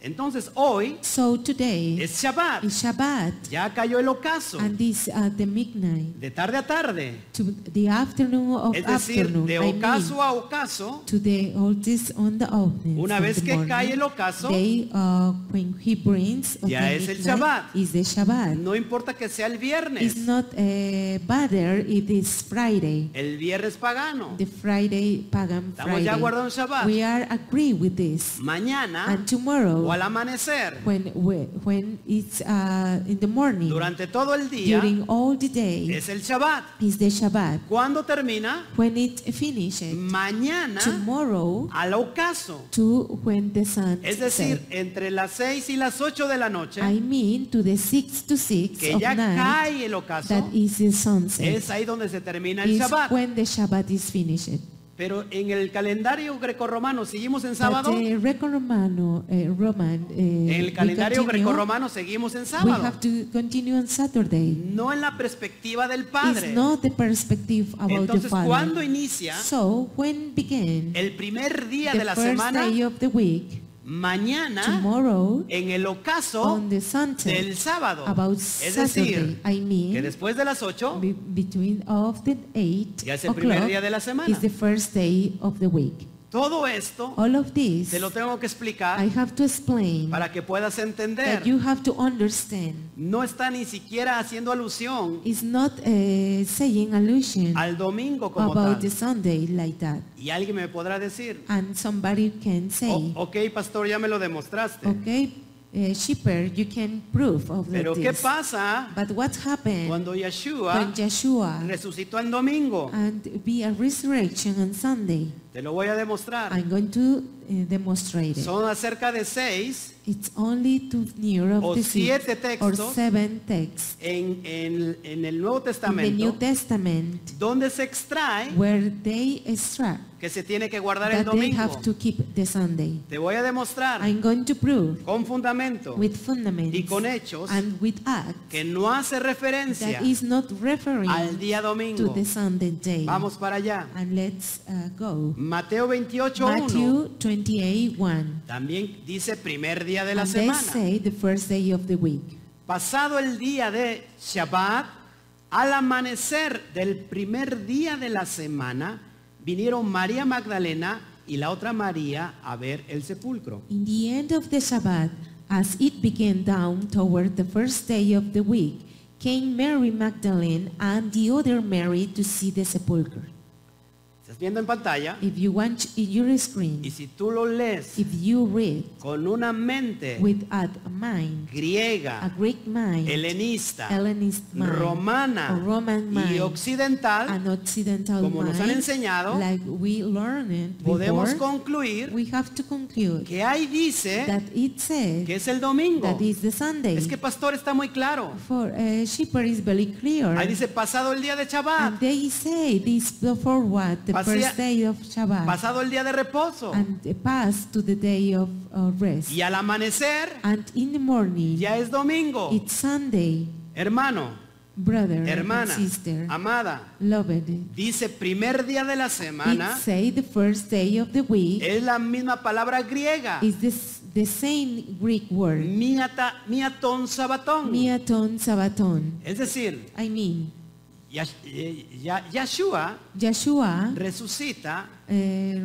Entonces hoy So today es Shabbat. is Shabbat, Ya cayó el ocaso. and this at the midnight De tarde a tarde. to the afternoon of Es decir, afternoon. de I mean, ocaso a ocaso. to the oldest on the oldness. Una of vez the que morning, cae el ocaso, they, uh, when he brings of ya the es el midnight, Shabbat. Is the Shabbat. No importa que sea el It's viernes. not uh, bother if it's Friday. El viernes pagano. The Friday pagan Estamos Friday. ya guardando el Shabbat. Ah. We are agree with this. Mañana And tomorrow, o al amanecer. when we- when it's uh, in the morning, Durante todo el día during all the day, es el Shabbat. is the Shabbat. ¿Cuándo termina? When it finishes, Mañana tomorrow al ocaso. to when the sun Es sets. decir, entre las 6 y las 8 de la noche, I mean to the six to six que of ya night cae el ocaso, that is the sunset es ahí donde se termina el is Shabbat. when the Shabbat is finished. Pero en el calendario grecorromano, seguimos en But sábado. the Greco-Romano, eh, Roman, eh, En el we calendario continue, grecorromano seguimos en we sábado. have to continue on Saturday. No en la perspectiva del It's Padre. not the perspective about the Entonces, cuando Father. inicia So when began el primer día de the la first semana, day of the week, mañana, tomorrow, en el ocaso on the sunset, del sábado. about Es decir, Saturday, I mean, que después de las 8 Be- between of the eight Ya es el o'clock primer día de la semana. is the first day of the week. Todo esto All of this te lo tengo que Oh, I explicar have to explain para que puedas entender. that you have to understand. No está ni siquiera haciendo alusión It's not uh, saying allusion al domingo como about the tal. Sunday like that. Y alguien me podrá decir, And somebody can "Oh, say, ok, pastor, ya me lo demostraste. okay, uh, shipper, you can prove of the Pero ¿qué this. pasa But what happened cuando when Ah. Yeshua Joshua resucitó en domingo? and be a resurrection on Sunday? Te lo voy a demostrar. I'm going to uh, demonstrate it. Son acerca de seis It's only two near of O the six siete or textos seven texts en, en- en el Nuevo in the Testamento New Testament donde se extrae where they extract que se tiene que guardar el that they domingo. have to keep the Sunday. Te voy a demostrar I'm going to prove con fundamento with fundaments y con hechos and with acts que no hace referencia that is not al referring día to domingo. the Sunday day. Vamos para allá. And let's uh, go. Mateo 28.1 Matthew 28, 1. también dice primer día de la And they semana. say the first day of the week. Pasado el día de Shabbat, al amanecer del primer día de la semana, vinieron María Magdalena y la otra María a ver el sepulcro. In the end of the Shabbat, as it began down toward the first day of the week, came Mary Magdalene and the other Mary to see the sepulchre. Estás viendo en pantalla If you watch in your y screen, si tú lo lees if you read con una mente with a mind, a griega, Greek mind, helenista, Hellenist mind, romana or Roman y mind, occidental, an occidental como nos han mind, enseñado, like we learned podemos before, concluir we have to conclude que ahí dice that it que says es el domingo. that is the Sunday. Es que pastor está muy claro. For uh, shepherd is very clear. Ahí dice pasado el día de And Shabbat, they say this before what? The Pasea- first day of Shabbat. pasado el día de reposo And the pass to the day of uh, rest. y al amanecer And in the morning, ya es domingo. it's Sunday, Hermano, brother and hermana, sister, amada, loved. dice primer día de la It semana say the first day of the week es la misma palabra griega, is this, the same Greek word, miata- miaton sabatón. miaton sabaton. Es decir, I mean, Yash- eh, Ya- Yahshua Joshua resucita uh,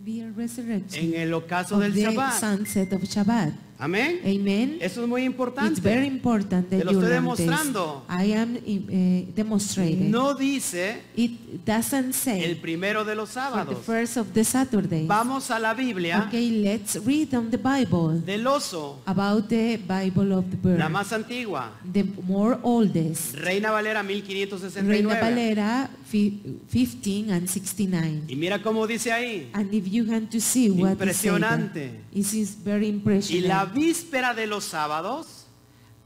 be a resurrection en el ocaso of del the Shabbat. sunset of Shabbat. Amén. Amen. Eso es muy It's importante. very important Te that lo you estoy learn this. demostrando. I am eh, demonstrating. No dice It doesn't el say primero de los for the sábados. first of the Saturday. Vamos a la Biblia Okay, let's read on the Bible del oso, about the Bible of the bird. la más antigua, The more oldest. Reina Valera Reina 1569. Valera fi- 15 and 69. Y mira cómo dice ahí. And if you want to see what is Impresionante. it is very Y la impressionant. víspera de los sábados,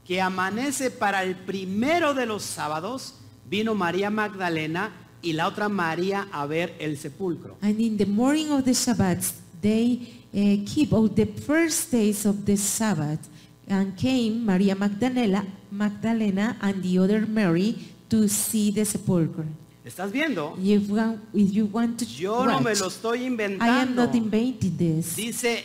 que amanece para el primero de los sábados, vino María Magdalena y la otra María a ver el sepulcro. And in the morning of the Sabbath, they eh, keep all the first days of the Sabbath. And came Maria Magdalena, Magdalena and the other Mary to see the sepulchre. ¿Estás viendo? If, one- if you want to Yo no me watch, lo estoy I am inventando. not inventing this. Dice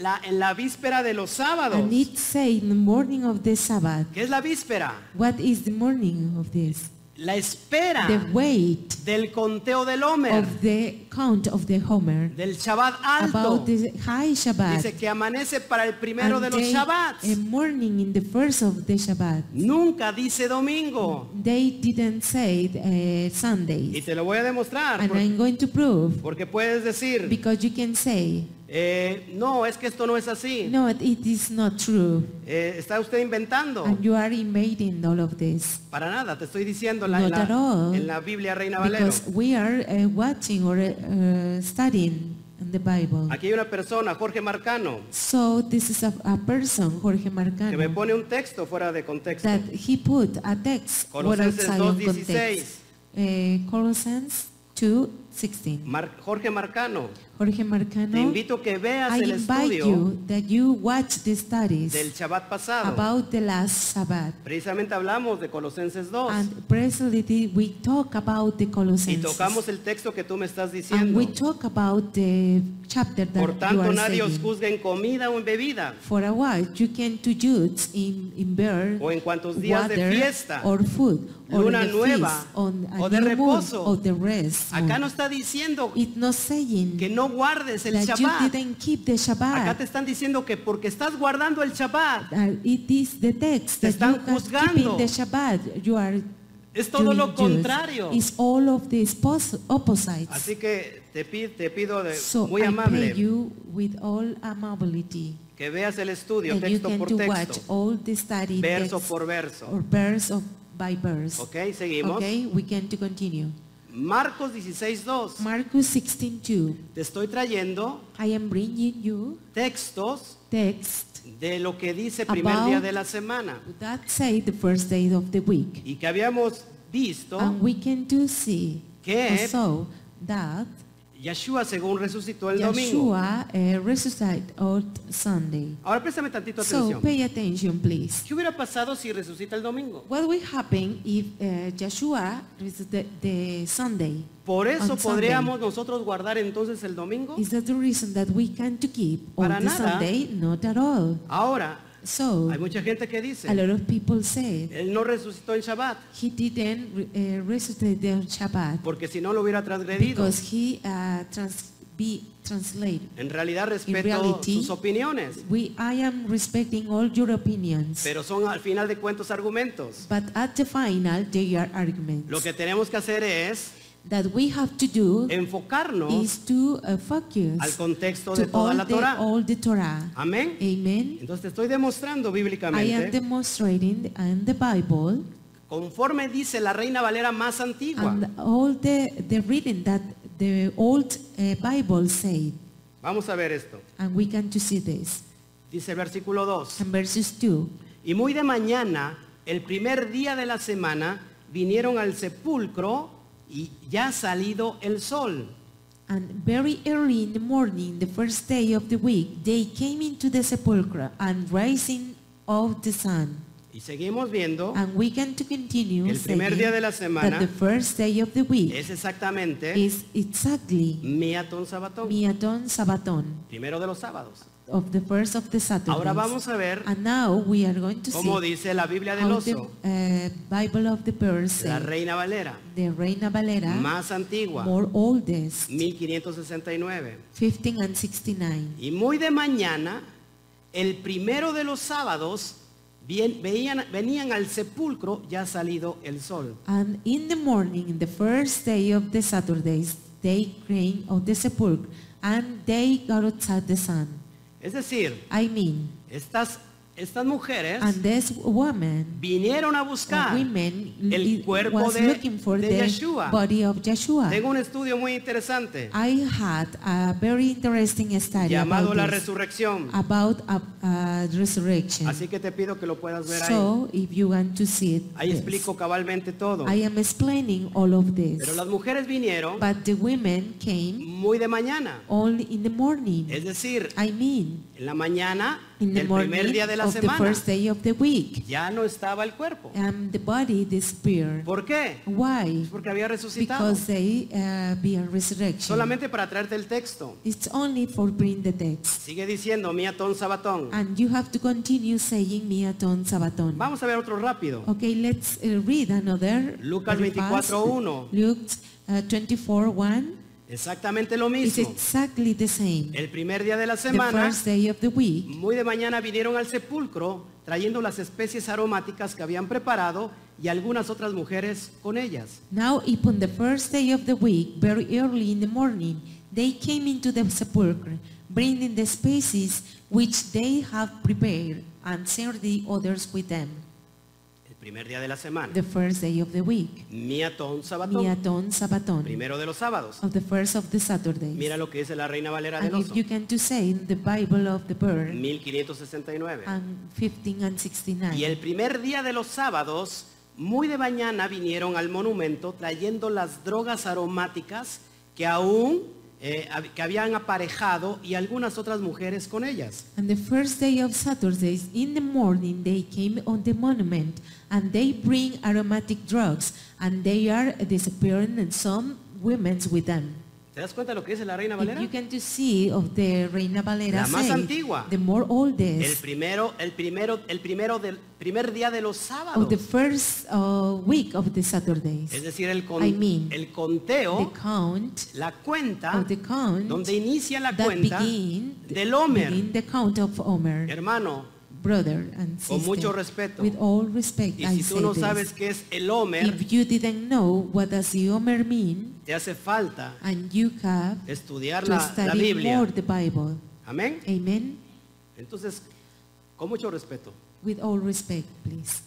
la- en la víspera de los sábados. And it said in the morning of the Sabbath. ¿Qué es la víspera? What is the morning of this? La espera The weight del conteo del Ah. Homer, of the count of the Homer del Shabbat alto. about the high Dice Shabbat. que amanece para el primero de and los they- em- Shabbats. A morning in the first of the Shabbat. Nunca dice domingo. They didn't say uh, Y Sundays. te lo voy a demostrar. And por- I'm going to prove Porque puedes decir, because you can say, eh, no, es que esto no es así. no, it is not true. Eh, está usted inventando. And you are invading all of this. Para nada, te estoy diciendo la, en, Not la, at all. en la Biblia Reina Valero. Because we are uh, watching or uh, studying the Bible. Aquí hay una persona, Jorge Marcano, So this is a, a person, Jorge que me Marcano, pone un texto fuera de contexto. that he put a text what Colosenses outside of 2:16. context. Eh, Colossians 2:16. Mar- Jorge Marcano, Jorge te Marcano, invito que veas I el invite estudio you that you watch the del studies Shabbat pasado. about the last Sabbath. Precisamente hablamos de Colosenses 2 And presently we talk about the y tocamos Colossians. el texto que tú me estás And diciendo. we talk about the chapter that Por you tanto, are nadie os saying. juzgue en comida o en bebida, For a while, you can to judge in, in beer, o en cuantos días de water, fiesta. or food, or luna in the nueva, feast, on a o de new moon, reposo. or the rest. Acá moon. no está diciendo It's not saying que no guardes el that you Shabbat. didn't keep the Acá Shabbat. te están diciendo que porque estás guardando el Shabbat, Uh, it is the text Te that están you are juzgando. keeping the Shabbat. You are es todo doing lo Jews. contrario. It's all of the spos- opposites. Así que te pido, te pido de, so muy I amable pray you with all amability que veas el estudio that you texto can por to watch texto, all the study verso text por verso. or verse of, by verse. Ok, seguimos. Okay, we can to continue. Marcos 16.2. Marcus 16:2. Te estoy trayendo I am bringing you textos text de lo que dice primer About- día de la semana that say the first day of the week, y que habíamos visto and we can do see Que- also that Yeshua según resucitó el domingo. Joshua uh, resuscitated on Sunday. Ahora préstame tantito So atención. pay attention, please. ¿Qué hubiera pasado si resucita el domingo? What will happen if uh, Joshua resuscitated the Sunday? Por eso on Sunday? podríamos nosotros guardar entonces el domingo. Is that the reason that we can't to keep on Para the nada. Sunday? Not at all. Ahora, So hay mucha gente que dice, a lot of people say él no resucitó en Shabbat, He didn't uh, resuscitate the Shabbat porque si no lo hubiera transgredido. because he uh, trans be translated. En realidad respeto reality, sus opiniones, We, I am respecting all your opinions, pero son al final de cuentos argumentos. but at the final they are arguments. Lo que tenemos que hacer es that we have to do enfocarnos is to uh, al focus contexto de to toda all la the, Torah. all the Torah. Amén. Amen. Entonces te estoy demostrando I am bíblicamente, demonstrating in the Bible conforme dice la Reina Valera más antigua. and all the, the reading that the old uh, Bible said, Vamos a ver esto. and we can to see this. Dice el versículo 2. And verses 2. Y muy de mañana, el primer día de la semana, vinieron al sepulcro y ya ha salido el sol. And very early in the morning, the first day of the week, they came into the sepulchre and rising of the sun. Y seguimos viendo, And we can to continue El primer saying día de la semana that the first day of the week es exactamente is exactly Miatón Sabatón, Miaton Sabaton primero de los sábados. of the first of the Saturdays. Ahora vamos a ver and now we are going to cómo see dice la Biblia del how the oso, uh, Bible of the Perse, la Reina Valera, the Reina Valera, más antigua, more oldest, 1569. 15 and 69. Y muy de mañana, el primero de los sábados, bien- veían- venían al sepulcro ya ha salido el sol. And in the morning, in the first day of the Saturdays, they came of the sepulchre, and they got outside the sun. Es decir, I mean, estas, estas mujeres and this woman, vinieron a or buscar. women, el it cuerpo was de- looking for de the Yeshua. body Tengo of Yeshua. un estudio muy interesante I had a very interesting study llamado about La this, Resurrección. about a, a resurrection. Así que te pido que lo puedas ver ahí. So, if you want to see it, Ahí yes. explico cabalmente todo. I am explaining all of this. Pero las mujeres vinieron But the women came muy de mañana. only in the morning. Mm. Es decir, I mean, en la mañana in in the El primer morning día de la of the semana. first day of the week. Ya no estaba el cuerpo. And the body disappeared. ¿Por qué? Why? Pues Porque había resucitado. Because they uh, be a resurrection. Solamente para traerte el texto. It's only for bring the text. Sigue diciendo, miatón sabatón. And you have to continue saying miaton sabaton. Vamos a ver otro rápido. Okay, let's uh, read another. Lucas very fast. 24:1. Luke uh, 24:1. Exactamente lo It's mismo. exactly the same. El primer día de la The semana, first day of the week. muy de mañana vinieron al sepulcro trayendo las especies aromáticas que habían preparado y algunas otras mujeres con ellas. Now upon the first day of the week, very early in the morning, they came into the sepulchre, bringing the spices which they have prepared, and served the others with them. El primer día de la semana. The first day of the week. Miatón sabatón. Miaton sabaton. Primero de los sábados. Of the first of the Saturdays. Mira lo que dice la Reina Valera del And Oso. if Ah, you can to say in the Bible of the bird, 1569. and 15 and 69. Y el primer día de los sábados, muy de mañana vinieron al monumento trayendo las drogas aromáticas que aún eh, hab- que habían aparejado y algunas otras mujeres con ellas. And the first day of Saturdays in the morning they came on the monument and they bring aromatic drugs and they are disappearing and some women with them. ¿Te das cuenta de lo que dice la Reina If Valera? you can to see of the Reina Valera La más say, antigua. the more El oldest primero, el primero, el primero del primer día de los sábados. of Oh, the first uh, week of the Es Saturdays. decir, el, con- I mean, el The conteo, count la cuenta, of the count donde inicia la that cuenta begin, del Homer. begin the count of Omer. Hermano, brother and sister. Con mucho respeto. With all respect, y si I tú say no this. sabes qué es el Homer, If you didn't know what does the Omer mean, te hace falta and you have estudiar to la, la study more Biblia. the Bible, Amén. amen. Entonces, con mucho respeto, With all respect, please.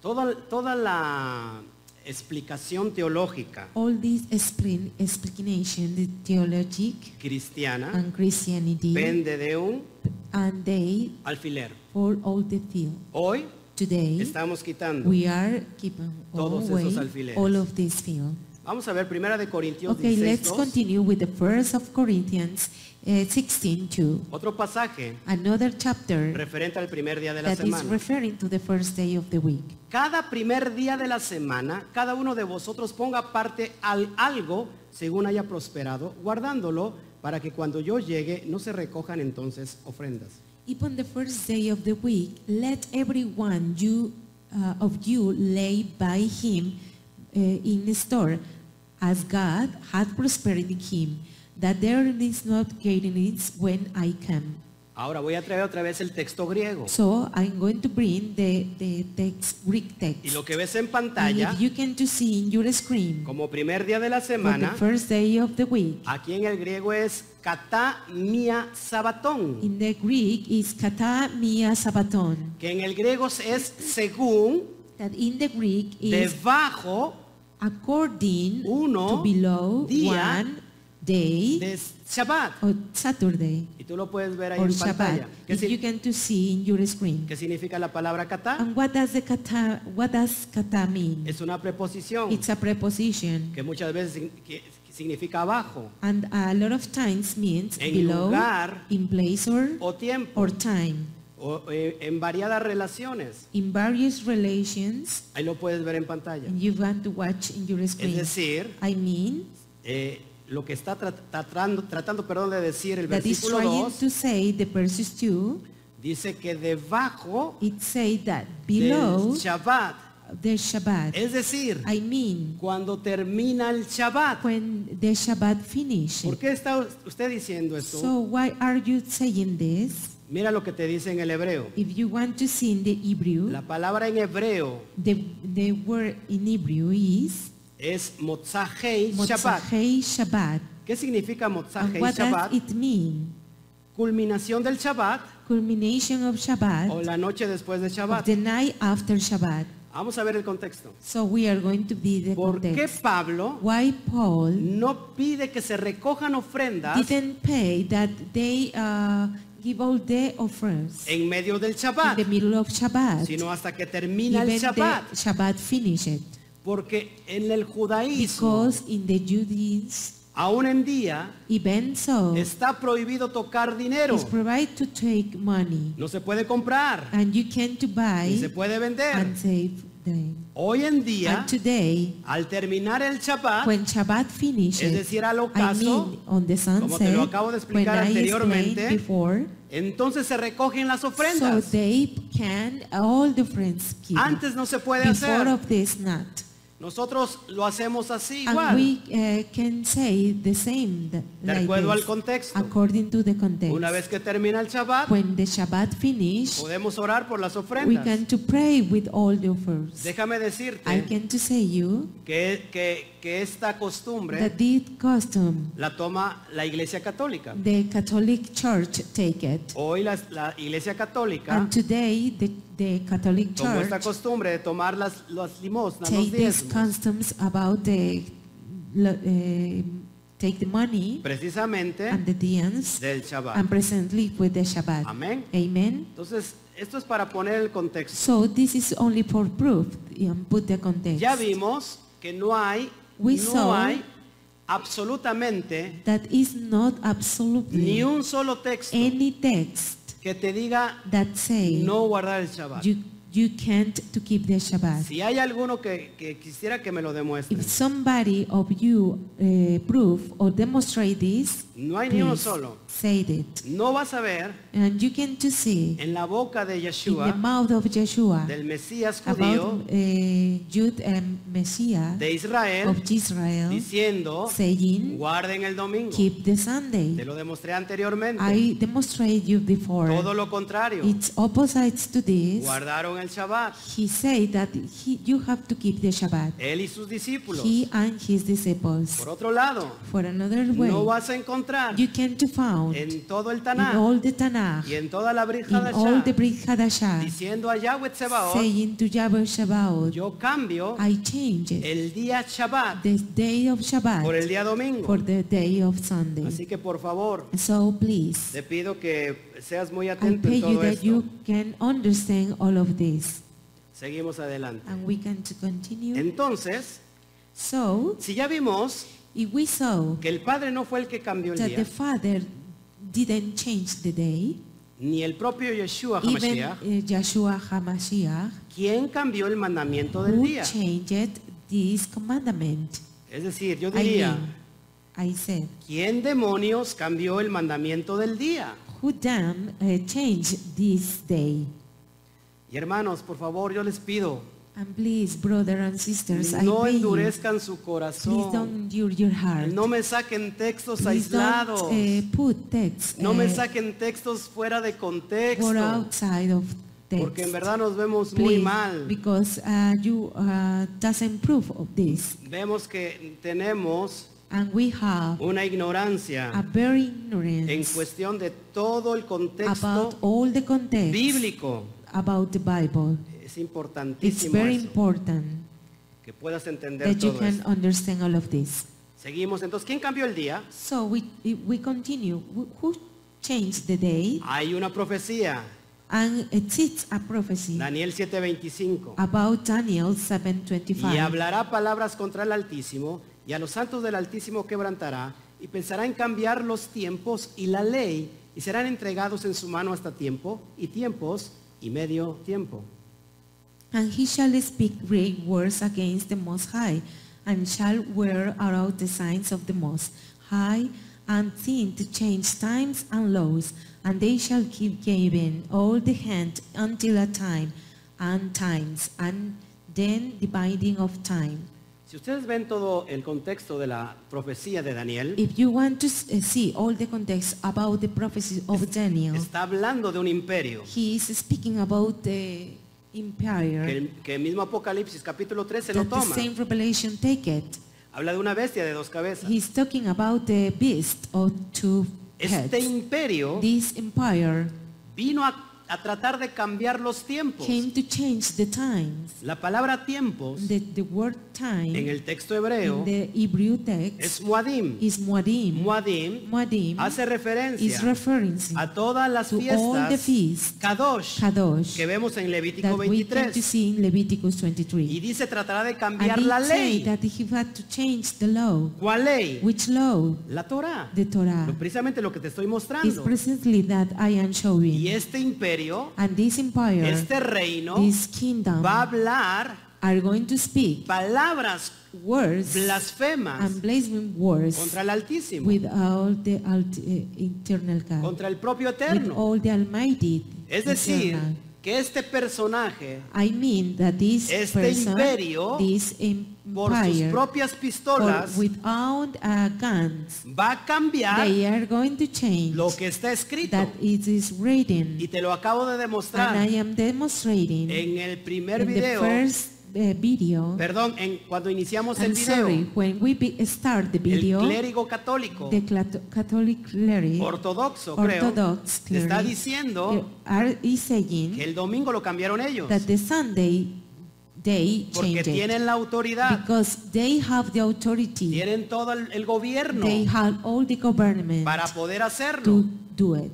toda, toda la explicación teológica All this explain, explanation, the theologic cristiana and Christianity, pende de un and they alfiler. for all the field. Hoy Today estamos quitando. we are keeping Todos away esos alfileres. all of this field. Vamos a ver primera de Corintios Okay, 16, let's 2. continue with the first of Corinthians uh, 16 2. Otro pasaje Another chapter referente al primer día de la that is semana. referring to the first day of the week. Cada primer día de la semana, cada uno de vosotros ponga parte al algo según haya prosperado, guardándolo para que cuando yo llegue no se recojan entonces ofrendas. Upon the first day of the week, let every one you, uh, of you lay by him uh, in the store, as God hath prospered in him, that there is not greediness when I come. Ahora voy a traer otra vez el texto griego. So I'm going to bring the, the text, Greek Y text. lo que ves en And pantalla, if you can to see in your screen, como primer día de la for the semana, first day of the week, aquí en el griego es kata mia sabatón, in the Greek is kata mia sabaton. que en el griego es según, that in the Greek is debajo according Uno, to below día, one day de Shabbat. or Saturday Y tú lo puedes ver ahí or en pantalla. Shabbat. ¿Qué, If si- you can Um, to see in your screen. qué significa la palabra kata? And what does the kata, what does kata mean? Es una preposición It's a preposition que muchas veces sign- que- que significa abajo and a lot of times means En below, lugar, in place or, o tiempo or time. o, eh, en variadas relaciones. In various relations, Ahí lo puedes ver en pantalla. and you want to watch in your Es screen. decir, I mean, eh, lo que está tra- tratando, tratando perdón, de decir el that is versículo trying 2 to say the verses 2 dice que debajo It say that del below Shabbat, the Shabbat, es decir, I mean, cuando termina el Shabbat. when the Shabbat finish. ¿Por qué está usted diciendo esto? So why are you saying this? Mira lo que te dice en el hebreo. If you want to see in the Hebrew, La palabra en hebreo the, the word in Hebrew is es Motzahei Shabbat. Motzahei Shabbat. ¿Qué significa And Motzahei what Shabbat? does it mean? Culminación del Shabbat Culmination of o Shabbat, la noche después de of Shabbat. the night after Shabbat. Vamos a ver el contexto. So we are going to be the ¿Por qué context. Pablo Why Paul no pide que se recojan ofrendas didn't pay that they uh, give all the offerings? en medio del in Shabbat, the middle of Shabbat. sino hasta que termina even el the Shabbat? Shabbat finished. Porque en el judaísmo Because in the Judaism, Aún en día Even so, está prohibido tocar dinero. it's provided to take money, No se puede comprar, and you can to ni buy se puede vender. and save them. Hoy en día, And today, al terminar el Shabbat, when Shabbat finishes, es decir, al I ocaso, mean on the como te sunset, lo acabo de when explicar I explained anteriormente, before, entonces se recogen las so ofrendas. they can all the friends give. Antes no se puede Before hacer. of this, not. Nosotros lo hacemos así And igual. we uh, can say the same. th- De like acuerdo al this, contexto. According to the context. Una vez que termina el Shabbat, When the Shabbat finish, podemos orar por las Pues, we ofrendas. can to pray with all the offers. Déjame I decirte can to say you que, que- que esta costumbre that did custom la toma la Iglesia Católica. the Catholic Church take it. Hoy la, la Iglesia Católica And today the, the Catholic tomó esta Church costumbre de tomar las, las limosnas, los take these diezmos, customs about the lo- eh, take the money precisamente and the dance del Shabbat. and presently with the Shabbat. Amén. Amen. Entonces, esto es para poner el contexto. So this is only for proof and put the context Ya vimos que no hay, We no saw- hay absolutamente that is not absolutely ni un solo texto any text que te diga that say no guardar el Shabbat. you you can't to keep the Shabbat. Si hay alguno que, que quisiera que me lo demuestre, If somebody of you eh, prove or demonstrate this, no hay ni uno please solo. say it. No vas a ver And you can to see en la boca de in the Yeshua, mouth of Yeshua del Mesías judío about eh, Jude and Messiah de Israel, of Israel diciendo, saying, guarden el domingo. keep the Te Sunday. lo demostré anteriormente. I demonstrate you before. Todo lo contrario. It's opposite to this. Guardaron el Shabbat. He said that he, you have to keep the Shabbat. Él y sus discípulos. He and his disciples. Por otro lado, For another way, no vas a encontrar you can to found en todo el in Taná all the Tanakh, y en toda la Brija in all the Brit Hadashah, diciendo a Yahweh Tsebaot, saying to Yahweh Shabbat, yo cambio I change it, el día Shabbat the day of por el Shabbat día domingo. for the day of Sunday. Así que por favor, So please, te pido que seas muy I atento pray en you todo that you esto. can understand all of this Seguimos adelante. and we can to continue. Entonces, So, si ya vimos if we saw que el Padre no fue el que cambió el that the día, Father didn't change the day, ni el propio Yeshua even uh, HaMashiach, Yeshua HaMashiach, ¿quién cambió el mandamiento del who día? changed this commandment. Es decir, yo I diría, mean, I said, ¿quién demonios cambió el mandamiento del día? who damn uh, changed this day? Y hermanos, por favor, yo les pido, And please, brother and sisters, I no pray you, endurezcan su please don't corazón. endure your heart. No me saquen textos please aislados. don't uh, put text No me uh, saquen textos fuera de for contexto. outside of text. Porque en verdad nos vemos muy please, mal. because uh, you uh, doesn't prove of this, Vemos que tenemos and we have una a ignorancia very en ignorance cuestión de todo el about contexto all the context bíblico. about the Bible. Es It's importantísimo very eso, important que puedas entender that you todo can esto. understand all of this. Seguimos, entonces, ¿quién cambió el día? So we we continue. Who- Who changed the day? Hay una profecía, And it is a prophecy Daniel 7:25. about Daniel Y 7:25. hablará palabras contra el Altísimo, y a los santos del Altísimo quebrantará, y pensará en cambiar los tiempos y la ley, y serán entregados en su mano hasta tiempo, y tiempos, y medio tiempo. And he shall speak great words against the Most High, and shall wear out the signs of the Most High, and think to change times and laws, and they shall keep giving all the hand until a time and times, and then the binding of time. Si ustedes ven todo el contexto de la profecía de Daniel, If you want to s- eh, see all the context about the prophecy of Daniel, está hablando de un imperio. he is speaking about the empire. Que el, que el mismo Apocalipsis capítulo 13 lo That the toma. same revelation take it. Habla de una bestia de dos cabezas. He's talking about the beast or two Este heads. imperio This empire vino a, a tratar de cambiar los tiempos. came to change the times. La palabra tiempos The, the word time en el texto hebreo in the Hebrew text es muadim. is muadim. Muadim Muadim hace is referencia referring a todas las to all the fiestas feasts kadosh kadosh que vemos en Levítico that we came to 23 see in Leviticus y 23. dice tratará de cambiar And la it said ley. that he had to change the law. ¿Cuál ley? Which law? La Torá. The Torah. Lo- Precisamente lo que te estoy Is mostrando. presently that I am Y showing. este imperio, And this empire, este reino this kingdom, va a hablar are going to speak palabras words blasfemas and blasphemous words contra el Altísimo, with all the alt- eh, internal God, contra el propio with Eterno. all the Almighty. Es decir, eternal. que este personaje, I mean that this este person, imperio, this por sus empire, propias for, pistolas, without uh, guns, va a cambiar they are going to change lo que está escrito. that it is written. Y te lo acabo de And I demostrar am demonstrating en el primer in the video, first uh, video. perdón, en, cuando iniciamos el I'm sorry, video, when we be- start the el video, clérigo católico, the clat- Catholic cleric ortodoxo, creo, Orthodox te está cleric, diciendo eh, are, is que saying el domingo lo cambiaron ellos, that the Sunday they porque change it tienen la autoridad, because they have the authority, tienen todo el, el gobierno they have all the government para poder hacerlo. to do it.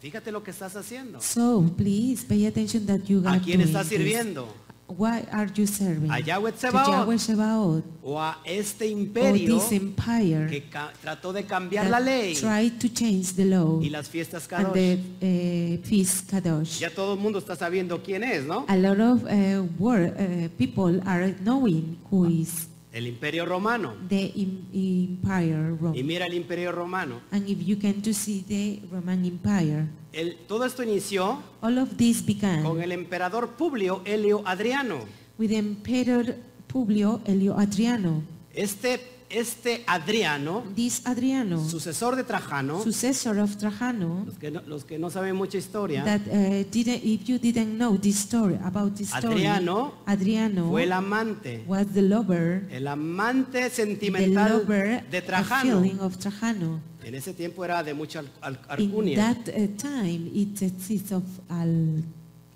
Fíjate lo que estás haciendo. So please pay attention that you ¿A are quién doing estás this. sirviendo? Why are you serving? ¿A Yahweh To Tsebaot? Yahweh Tsebaot. ¿O a este or imperio Oh, this em- empire que ca- trató de cambiar la that ley tried to change the law y las fiestas and Kadosh? the uh, feast Kadosh. Ya todo el mundo está sabiendo quién es, ¿no? A lot of uh, wor- uh, people are knowing who is El imperio romano. the im- empire Y Rome. mira el imperio romano. And if you can to see the Roman Empire, El- todo esto inició all of this con began el emperador Publio Helio Adriano. with Emperor Publio Elio Adriano. Este, este Adriano, This Adriano, sucesor de Trajano, successor of Trajano, los que no, los que no saben mucha historia, that uh, didn't, if you didn't know this story about this story, Adriano Adriano fue el amante, was the lover, el amante the sentimental lover de of feeling Trajano. of Trajano. En ese tiempo era de mucha al- al- In alcurnia. that uh, time, it exists of Al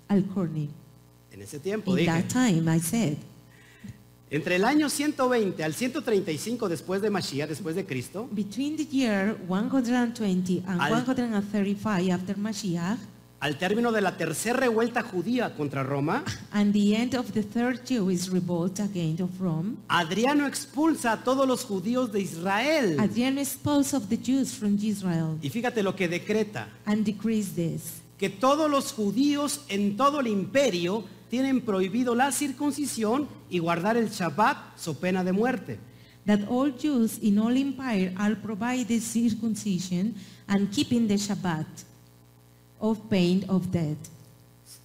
Alcorni. En ese tiempo, In dije. that time, I said, Entre el año 120 al 135 después de Mashiach, después de Cristo, between the year 120 and Al- 135 after Mashiach, al término de la tercera revuelta judía contra Roma, and the end of the third Jewish revolt against of Rome, Adriano expulsa a todos los judíos de Israel. Adriano expulsed of the Jews from Israel Y fíjate lo que decreta, and decreased this. que todos los judíos en todo el imperio tienen prohibido la circuncisión y guardar el Shabbat, so pena de muerte. that all Jews in all empire are provided circumcision and keeping the Shabbat of pain of death.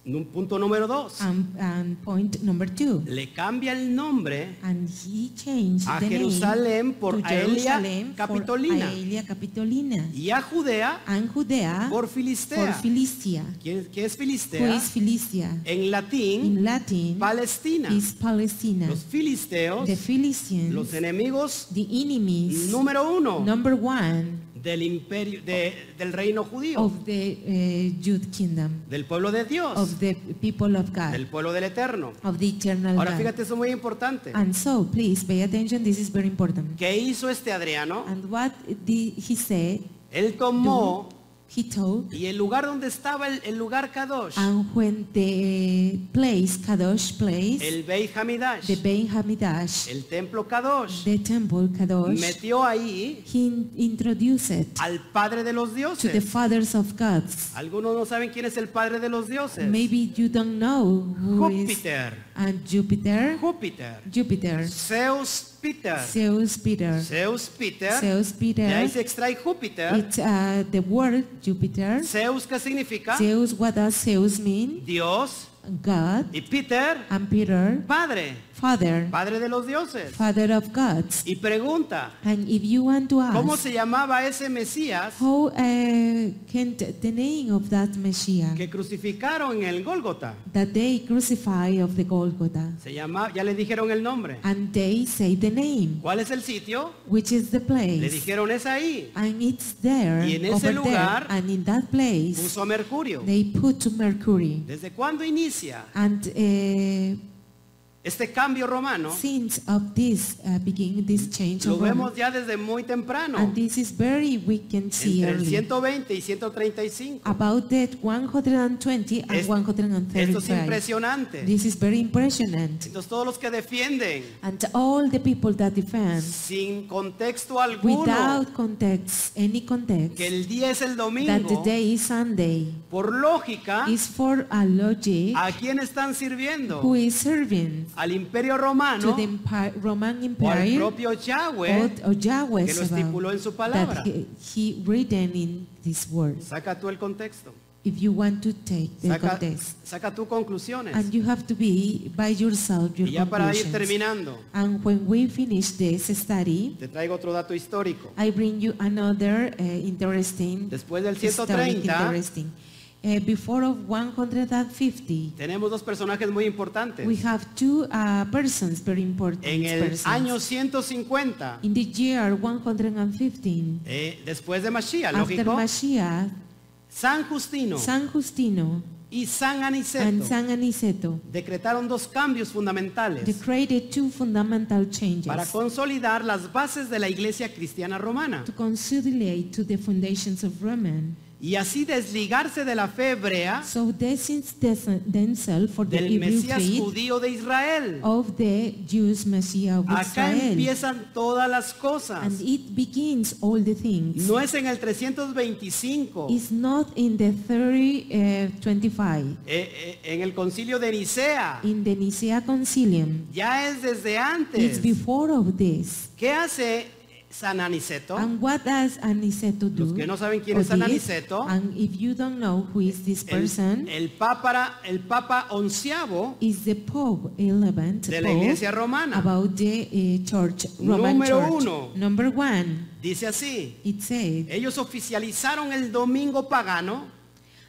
Nu- Punto número dos, And, and point number two, le cambia el nombre and he changed A the name Jerusalén por to Aelia Jerusalem for Capitolina. Aelia Capitolina y a Judea and Judea Ah. por for Filistea. Philistia, ¿Quién- ¿Qué es who Filistea? is Philistia? En latín, In Latin Palestina. is Palestina. Los filisteos, The los Philistines, enemigos the enemies, número uno number one del imperio, de- del reino judío, of the uh, Jude kingdom. del pueblo de Dios, of the people of del God, pueblo del eterno. of the eternal Ahora God. fíjate, eso es muy importante. And so, please pay attention, this is very important. ¿Qué hizo este Adriano? And what did he say? Él tomó He told, y el lugar donde estaba el, el lugar Kadosh, and when the place, Kadosh place, el Beit the Hamidash, Ben Hamidash, el templo Kadosh, the temple, Kadosh, metió ahí he in- introduced it al Padre de los to the dioses. fathers of gods. Algunos no saben quién es el Padre de los dioses. Maybe you don't know who is Júpiter, and Jupiter, Júpiter, Jupiter, Zeus Peter, Zeus Peter, Zeus Peter, Zeus de ahí Peter, se extrae Júpiter. It's uh, the word Jupiter. Zeus, ¿qué significa? Zeus, what does Zeus mean? Dios God y Peter, and Peter, Padre. Father, Padre de los dioses. Father of gods. Y pregunta, And if you want to ¿cómo ask, se llamaba ese Mesías how uh, can t- the name of that Messiah que crucificaron en el Gólgota? that they crucify of the Golgotha? Se llama, ya le dijeron el nombre. And they say the name, ¿Cuál es el sitio? which is the Le place. dijeron es ahí. And it's there, Y en ese over lugar, there, and in that place, Puso a Mercurio. they put Mercury. ¿Desde cuándo inicia And uh, este cambio romano? since of this uh, begin this change Lo of vemos Rome, ya desde muy temprano. and this is very we can see Entre el early, 120 y 135. about that 120 and Es- Esto es 135. impresionante. This is very impressionant. Entonces todos los que defienden And all the people that defend, sin contexto alguno without context, any context, que el día es el that the domingo, ¿Ah? day is Sunday, por lógica, is for a logic ¿a quién están who sirviendo? is serving ¿Al imperio to romano the empire, Ah, Roman o al Empire propio Yahweh? God or Yahweh que lo Sabaoth, estipuló en su palabra. that he, he written in these words. Saca tú el contexto. If you want to take the Saca, contest, saca tú conclusiones. and you have to be by yourself your Y ya para ir conclusions. terminando, And when we finish this study, te traigo otro dato histórico. I bring you another uh, interesting Después del historic 130 interesting. Uh, before of 150, tenemos dos personajes muy importantes. we have two uh, persons, very important En el persons. año 150, In the year 115, eh, después de Mashiach, after lógico, Mashiach, San Justino San Justino y San and Aniceto San Aniceto decretaron dos cambios fundamentales created two fundamental para changes consolidar las bases de la Iglesia cristiana romana to conciliate to the foundations of Roman. y así desligarse de la fe hebrea So they since themselves for the del Hebrew Mesías faith judío de Israel. of the Jews Messiah of Acá Israel. empiezan todas las cosas. And it begins all the things. No es en el 325, eh, It's not in the 30, uh, 25, eh, en el concilio de Nicea. in the Nicea Concilium. Ya es desde It's antes. before of this. ¿Qué hace San Aniceto? And what does Aniceto do? Los que no saben quién Or es San this? Aniceto, And if you don't know who is this person, El, el papa, el papa onceavo is the Pope 11th de la Pope iglesia romana. about the uh, church, Roman Número church. uno. Number one, Dice así. it said, Ellos oficializaron el domingo pagano,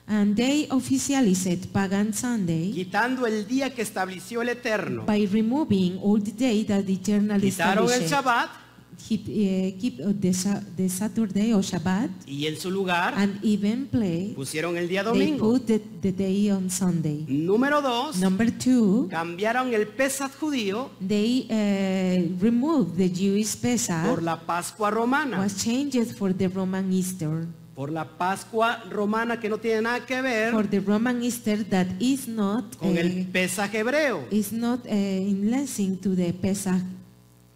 and they officialized Pagan Sunday quitando el día que estableció el Eterno. by removing all the day that the journal Quitaron el established. Shabbat Keep, uh, keep uh, the, Sa- the Saturday or Shabbat y en su lugar and even play. pusieron el día They domingo. put the, the day on Sunday. Número dos, Number two, cambiaron el Pesaj judío they uh, removed the Jewish por Pesach la Pascua romana. was changed for the Roman Easter. Por la Pascua romana que no tiene nada que ver for the Roman Easter that is not con eh, el Pesaj hebreo. is not eh, in lensing to the Pesach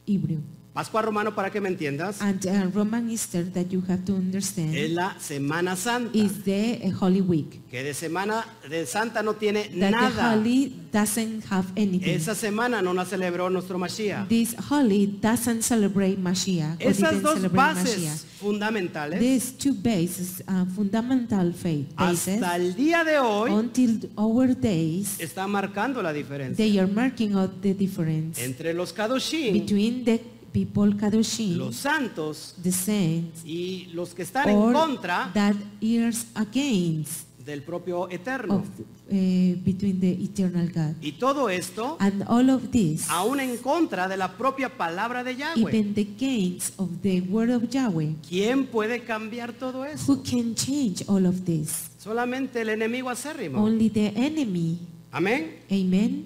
Hebrew Pascua romano, para que me entiendas, and uh, Roman Easter that you have to understand es la Semana Santa. is the eh, Holy Week que de Semana de Santa no tiene that the nada. Holy doesn't have anything. Esa semana no la celebró nuestro Mashiach. This Holy doesn't celebrate Mashiach. or Esas didn't dos celebrate bases Mashiach. fundamentales These two bases, uh, fundamental faith bases, hasta el día de hoy until our days, está marcando la diferencia they are marking out the difference entre los Kadoshim, between the people Kadoshim los santos the saints y los que están en or contra that ears against del propio Eterno. of eh, between the eternal God Y todo esto and all of this aún en contra de la propia palabra de Yahweh. even the gains of the word of Yahweh ¿Quién puede cambiar todo eso? who can change all of this Solamente el enemigo acérrimo. only the enemy Amén. amen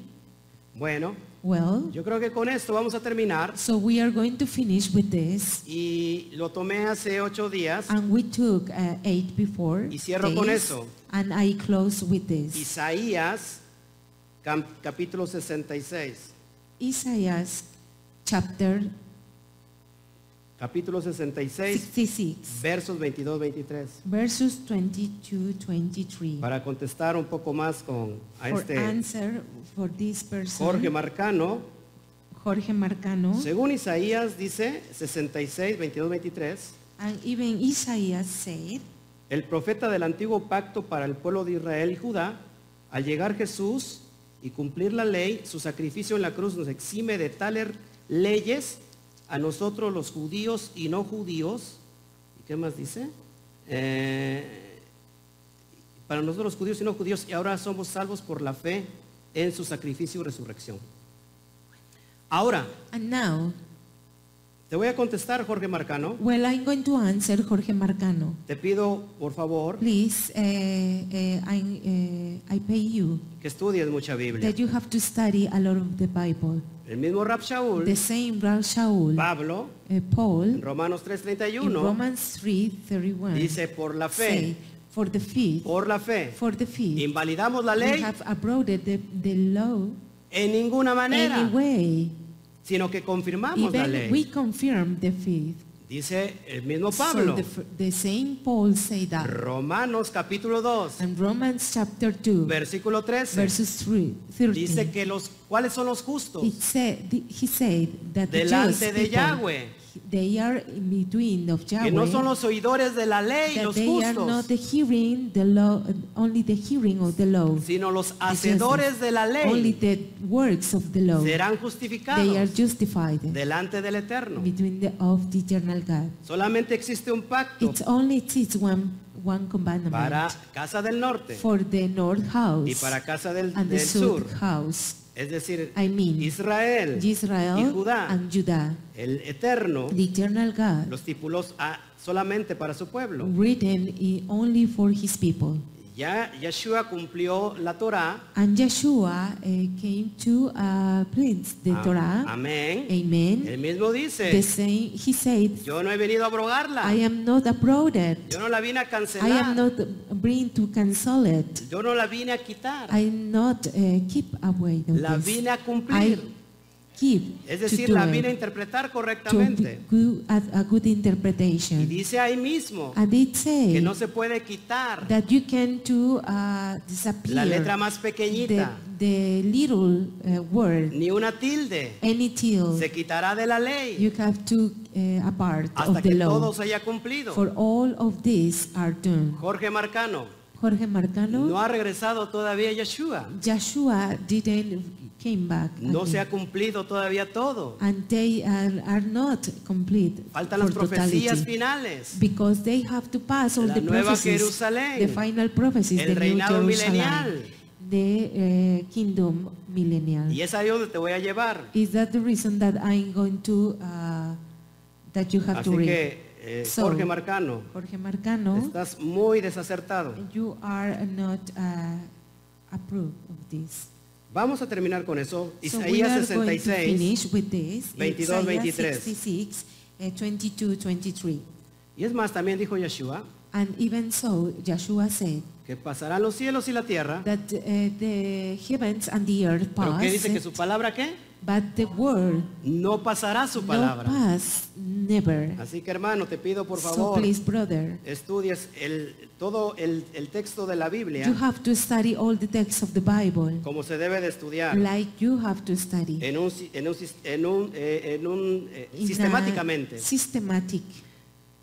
Bueno, well yo creo que con esto vamos a terminar. so we are going to finish with this y lo tomé hace ocho días. and we took uh, eight before Y cierro con days, eso. and I close with this Isaías cam- capítulo 66. Isaiah chapter Capítulo 66, 66 versos 22-23. verses 22 23 Para contestar un poco más con a for este answer for this person Jorge Marcano. Jorge Marcano Según Isaías dice 66, 22-23, and even Isaiah said el profeta del antiguo pacto para el pueblo de Israel y Judá, al llegar Jesús y cumplir la ley, su sacrificio en la cruz nos exime de tales leyes a nosotros los judíos y no judíos. ¿Y qué más dice? Eh, para nosotros los judíos y no judíos, y ahora somos salvos por la fe en su sacrificio y resurrección. Ahora, And now, te voy a contestar, Jorge Marcano. well, I'm going to answer Jorge Marcano. Te pido, por favor, Please, eh, eh, I, eh, I pay you que estudies mucha Biblia. that you have to study a lot of the Bible. El mismo Rab Shaul, The same Rav Shaul, Pablo, eh, Paul, en Romanos in 3:31, Romans 3:31, dice, por la say, fe, for the faith, por la fe, for the faith, invalidamos la we ley have abroaded the, the law en ninguna manera, anyway, sino que confirmamos la even we ley. confirm the faith. Dice el mismo So Pablo, the, f- the same Paul say that. Romanos capítulo 2, And Romans chapter 2, versículo 13. verses 3, 13. Dice que los cuáles son los justos. He said, he said that the Delante Jews de people, Yahweh. they are in between of Yahweh, Que no son los oidores de la ley, that los they are not justos, the hearing the law, only the hearing of the law, sino los the hacedores judgment, de la only ley the works of the law. serán They are justificados justified delante del Eterno. between the of the eternal God. Solamente existe un pacto It only teaches one one commandment para casa del norte for the north house y para casa del, and the del sur. south house, Es decir, I mean, Israel y Israel Judá, and Judah. el Eterno, The eternal God los típulos solamente para su pueblo. written i- only for his people. Ya Yeshua cumplió la Torah. And Yeshua eh, came to uh, prince the Am- Torah. Ah, Amén. Amen. El mismo The dice, same, he said, yo no he venido a abrogarla, I am not abroaded. yo no la vine a I am cancelar, not bring to cancel it. yo no la vine a quitar, I not uh, keep away of la this. vine a I cumplir. keep Es to decir, do la it, vine a interpretar to be correctamente. good, a, a good Y interpretation. dice ahí mismo And it say que no se puede quitar that you can do uh, disappear la letra más the, pequeñita, the little uh, word ni una tilde, any till se quitará de la you ley have to uh, apart hasta of the que law todo se haya cumplido. for all of these are done Jorge Marcano, Jorge Marcano no ha regresado todavía Yeshua, Joshua didn't came back no se ha again. cumplido todavía todo. and they are, are not complete Faltan for las profecías totality. finales. because they have to pass all La the nueva prophecies Jerusalén. the final prophecies El the new reinado Jerusalem milenial. the uh, kingdom millennial Y es ahí donde te voy a llevar. is that the reason that I'm going to uh, that you have Así to read que, eh, So, Jorge Marcano, Jorge Marcano estás muy desacertado. You are not uh, approved of this. Vamos a terminar con eso. so we are Isaías going to 66. finish with this. 22, Isaiah 23. 66, eh, 22, 23. Y es más, también dijo Yeshua And even so, Joshua said que pasarán los cielos y la tierra. that uh, the heavens and the earth Pero ¿qué pass, dice que su palabra qué? but the word No pasará su no palabra. pass never. Así que hermano, te pido por so favor, please, brother, estudies el, todo el, el texto de la you Biblia have to study all the texts of the Bible como se debe de estudiar. like you have to study En un, si- en un, sis- en un, eh, en un, eh, in a sistemáticamente, Systematic.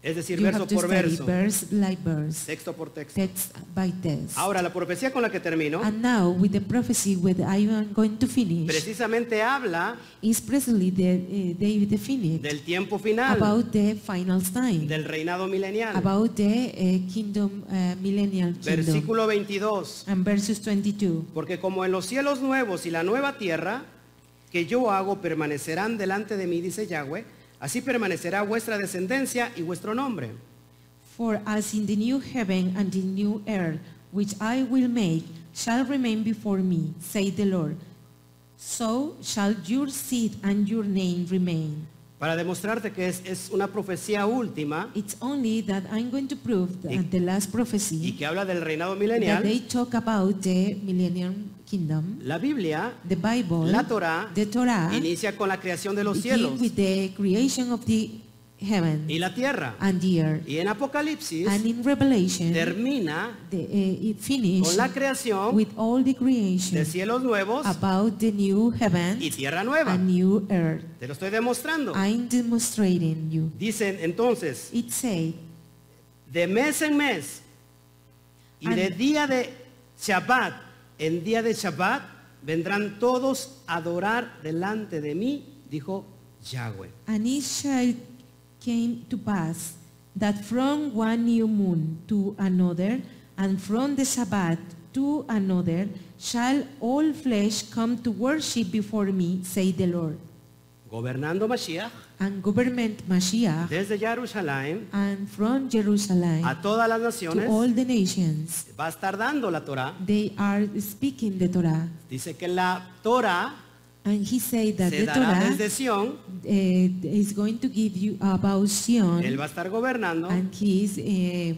es decir, You verso have to por study verso. verse by verse, texto por texto. text by text. Ahora, la profecía con la que termino And now with the prophecy with I am going to finish precisamente habla is precisely the, uh, they define it del tiempo final, about the final time, del reinado milenial. about the uh, kingdom, uh, millennial kingdom. Versículo 22. And verses 22. Porque como en los cielos nuevos y la nueva tierra que yo hago permanecerán delante de mí, dice Yahweh, así permanecerá vuestra descendencia y vuestro nombre. For as in the new heaven and the new earth, which I will make, shall remain before me, say the Lord. So shall your seed and your name remain. Para demostrarte que es, es una profecía última It's only that I'm going to prove that the last y prophecy que habla del reinado that milenial, they talk about the millennium kingdom, la Biblia, the Bible, la Torah, the Torah, inicia con la creación de los begin cielos with the creation of the heaven y la tierra. and the earth, Y en Apocalipsis and in Revelation, the, termina eh, it finished con la creación with all the creation de cielos nuevos about the new heaven y tierra nueva. and new earth. Te lo estoy demostrando. I'm demonstrating you. Dicen entonces, It said de mes en mes y de And- día de Shabbat en día de Shabbat vendrán todos a adorar delante de mí, dijo Yahweh. And it shall came to pass that from one new moon to another, and from the Sabbath to another, shall all flesh come to worship before me, say the Lord. Gobernando Mashiach And government Mashiach, desde Jerusalén and from Jerusalem a todas las to all naciones, the nations, va a estar dando la Torah. they are speaking the Torah. Dice que la Torah And he said that se the dará Torah desde Sion, eh, is going to give you about él Sion, va a estar gobernando and he is eh,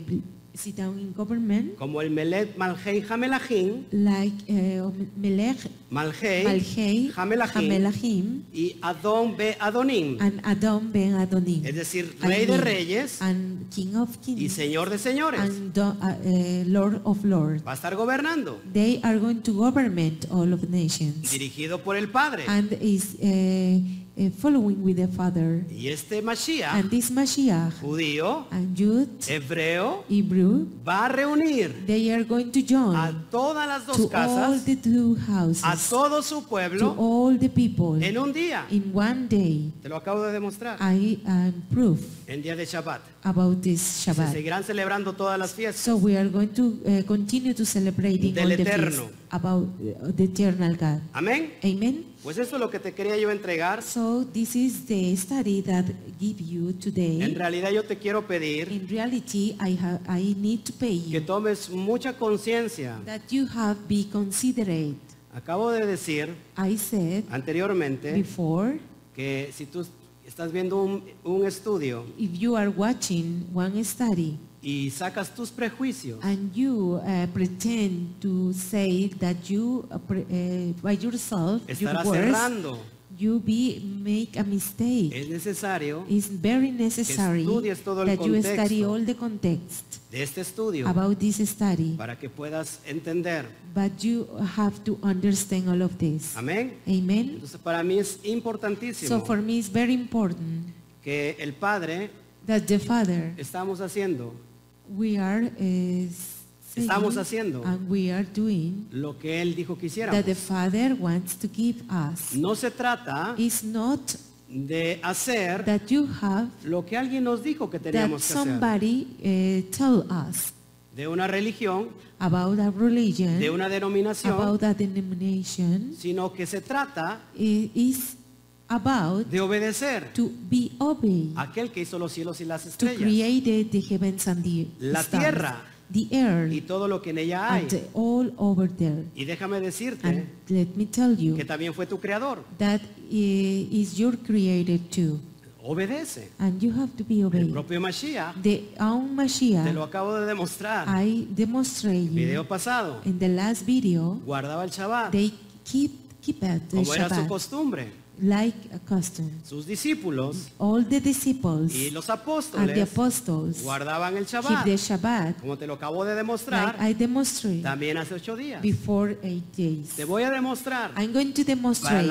sit down in government, como el Melech Malhei Hamelachim, like uh, Melech Malhei Malhei, Hamelachim Hamelachim, y Adon Be Adonim, and Adam ben Adonim. es decir, and Rey de King, Reyes And King of y Kings. Señor de Señores. And do- uh, eh, Lord of Lords. Va a estar gobernando, They are going to government all of the nations. dirigido por el Padre. And is eh, eh, following with the Father. Y este Mashiach, And this Mashiach judío, and Eh. Jude, hebreo, Hebrew, va a reunir they are going to a join todas las dos to all casas, the two a houses, todo su to pueblo, all the people en un día. in one day. Te lo acabo de demostrar. I am proof En día de Shabbat. about this Se Shabbat. seguirán celebrando todas las fiestas. So we are going to uh, continue to celebrating Del all the Eterno. feast about uh, the eternal God. Amén. Amen. Pues eso es lo que te quería yo entregar. So this is the study that give you En today. realidad yo te quiero pedir In reality, I have I need to pay que you tomes mucha conciencia. that you have be considerate. Acabo de decir I said anteriormente before, que si tú estás viendo un, un estudio if you are watching one study y sacas tus prejuicios and you uh, pretend to say that you uh, pre- uh, by yourself, your estarás words, cerrando. you be make a mistake. Es necesario It's very necessary estudies todo el that you study contexto. all the context de este estudio about this study, para que puedas entender. but you have to understand all of this. Amén. Amen. Entonces para mí es So importantísimo for me, it's very important que el Padre that the Father estamos haciendo we are uh, saying Estamos haciendo. and we are doing lo que Él dijo que hiciéramos. that the Father wants to give us. No se trata It's not de hacer that you have lo que alguien nos dijo que that teníamos que hacer somebody uh, tell us de una religión, about a religion, de una denominación, about a denomination. sino que se trata i- is about de obedecer to be obeyed, a aquel que hizo los cielos y las to estrellas create the heavens and the La stars, tierra. the earth, y todo lo que en ella hay. and all over there. Y déjame decirte And let me tell you que también fue tu creador. that i- is your creator too, Obedece. and you have to be El obeyed. propio Mashiach The own te lo Mashiach, acabo de demostrar. I demonstrate Video you pasado. in the last video, Guardaba el Shabbat they keep keep at the como era su Shabbat costumbre. like a custom. Sus discípulos All the disciples y los and apóstoles the apostles guardaban el keep Shabbat. the Shabbat Como te lo acabo de like demostrar I demonstrate también hace ocho días. before eight days. Te voy a demostrar I'm going to para la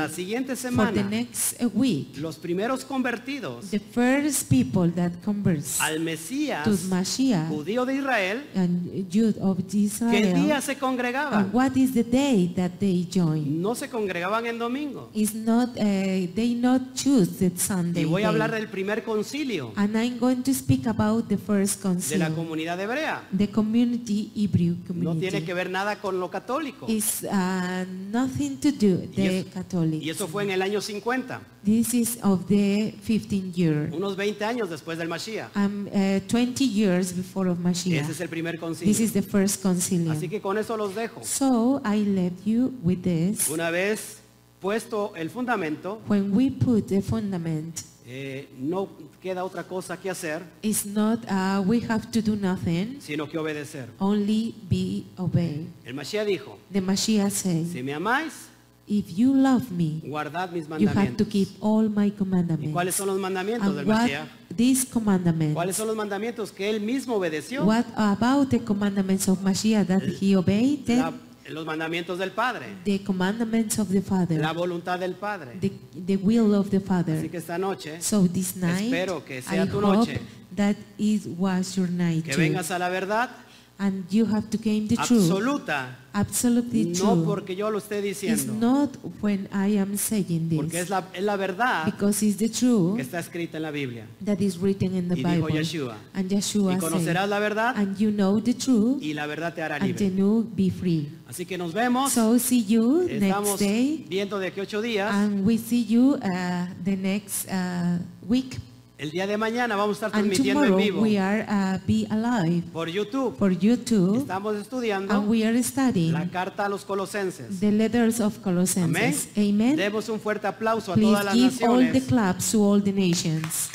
demonstrate siguiente for the semana next uh, week los primeros convertidos the first people that converts al Mesías to Mashiach judío de Israel, and Jude of ¿qué Israel. día se And congregaban? what is the day that they join? No se congregaban en domingo. It's not uh, they not choose the Sunday. Y voy a day. hablar del primer concilio And I'm going to speak about the first de la council, comunidad hebrea. the community Hebrew No tiene que community. ver nada con lo católico. It's uh, nothing to do Y the eso- Catholic. Y eso fue en el año 50, This is of the 15 year. unos 20 años después del Mashiach. I'm uh, 20 years before of Ese es Mashiach. el primer This concilio. is the first Así concilium. que con eso los dejo. So I left you with this. Una vez puesto el fundamento, When we put the fundament, eh, no queda otra cosa que hacer, it's not uh, we have to do nothing, sino que obedecer. only be obeyed. El Mashiach dijo, The Mashiach si says, me amáis, if you love me, guardad mis you have to mandamientos. keep all my ¿Y cuáles commandments. son los mandamientos del And what Mashiach? these ¿Cuáles commandments, son los mandamientos que él mismo obedeció? what about the commandments of Mashiach that he obeyed? La- Then los mandamientos del Padre, the commandments of the Father. la voluntad del Padre. the, the will of the Así Father. que esta noche, So this night, espero que sea I tu hope noche. that it was your night que too. vengas a la verdad and you have to claim the truth. absoluta. Absolutely No true. porque yo lo esté It's diciendo, not when I am saying porque es this, la, es la verdad because it's the que truth está escrita en la Biblia. that is written in the Y dijo Bible. Yeshua, And Y Yeshua conocerás said, la verdad and you know the truth, y la verdad te hará and then libre. you'll be free. Así que nos vemos. So see you next Estamos day, viendo de aquí ocho días. and we see you uh, the next uh, week. El día de mañana vamos a estar And transmitiendo en tomorrow vivo we are uh, be alive por YouTube. for you too, Estamos and estudiando we are studying la carta a los colosenses. the letters of Colossians. Amen. Demos un fuerte aplauso a todas Please las give all the naciones. claps to all the nations.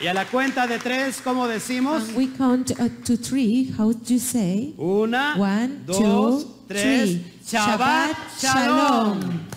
Y a la cuenta de tres, ¿cómo decimos? And we count uh, to three. How do you say? Una, One, dos, two, tres. three. Shabbat, shalom.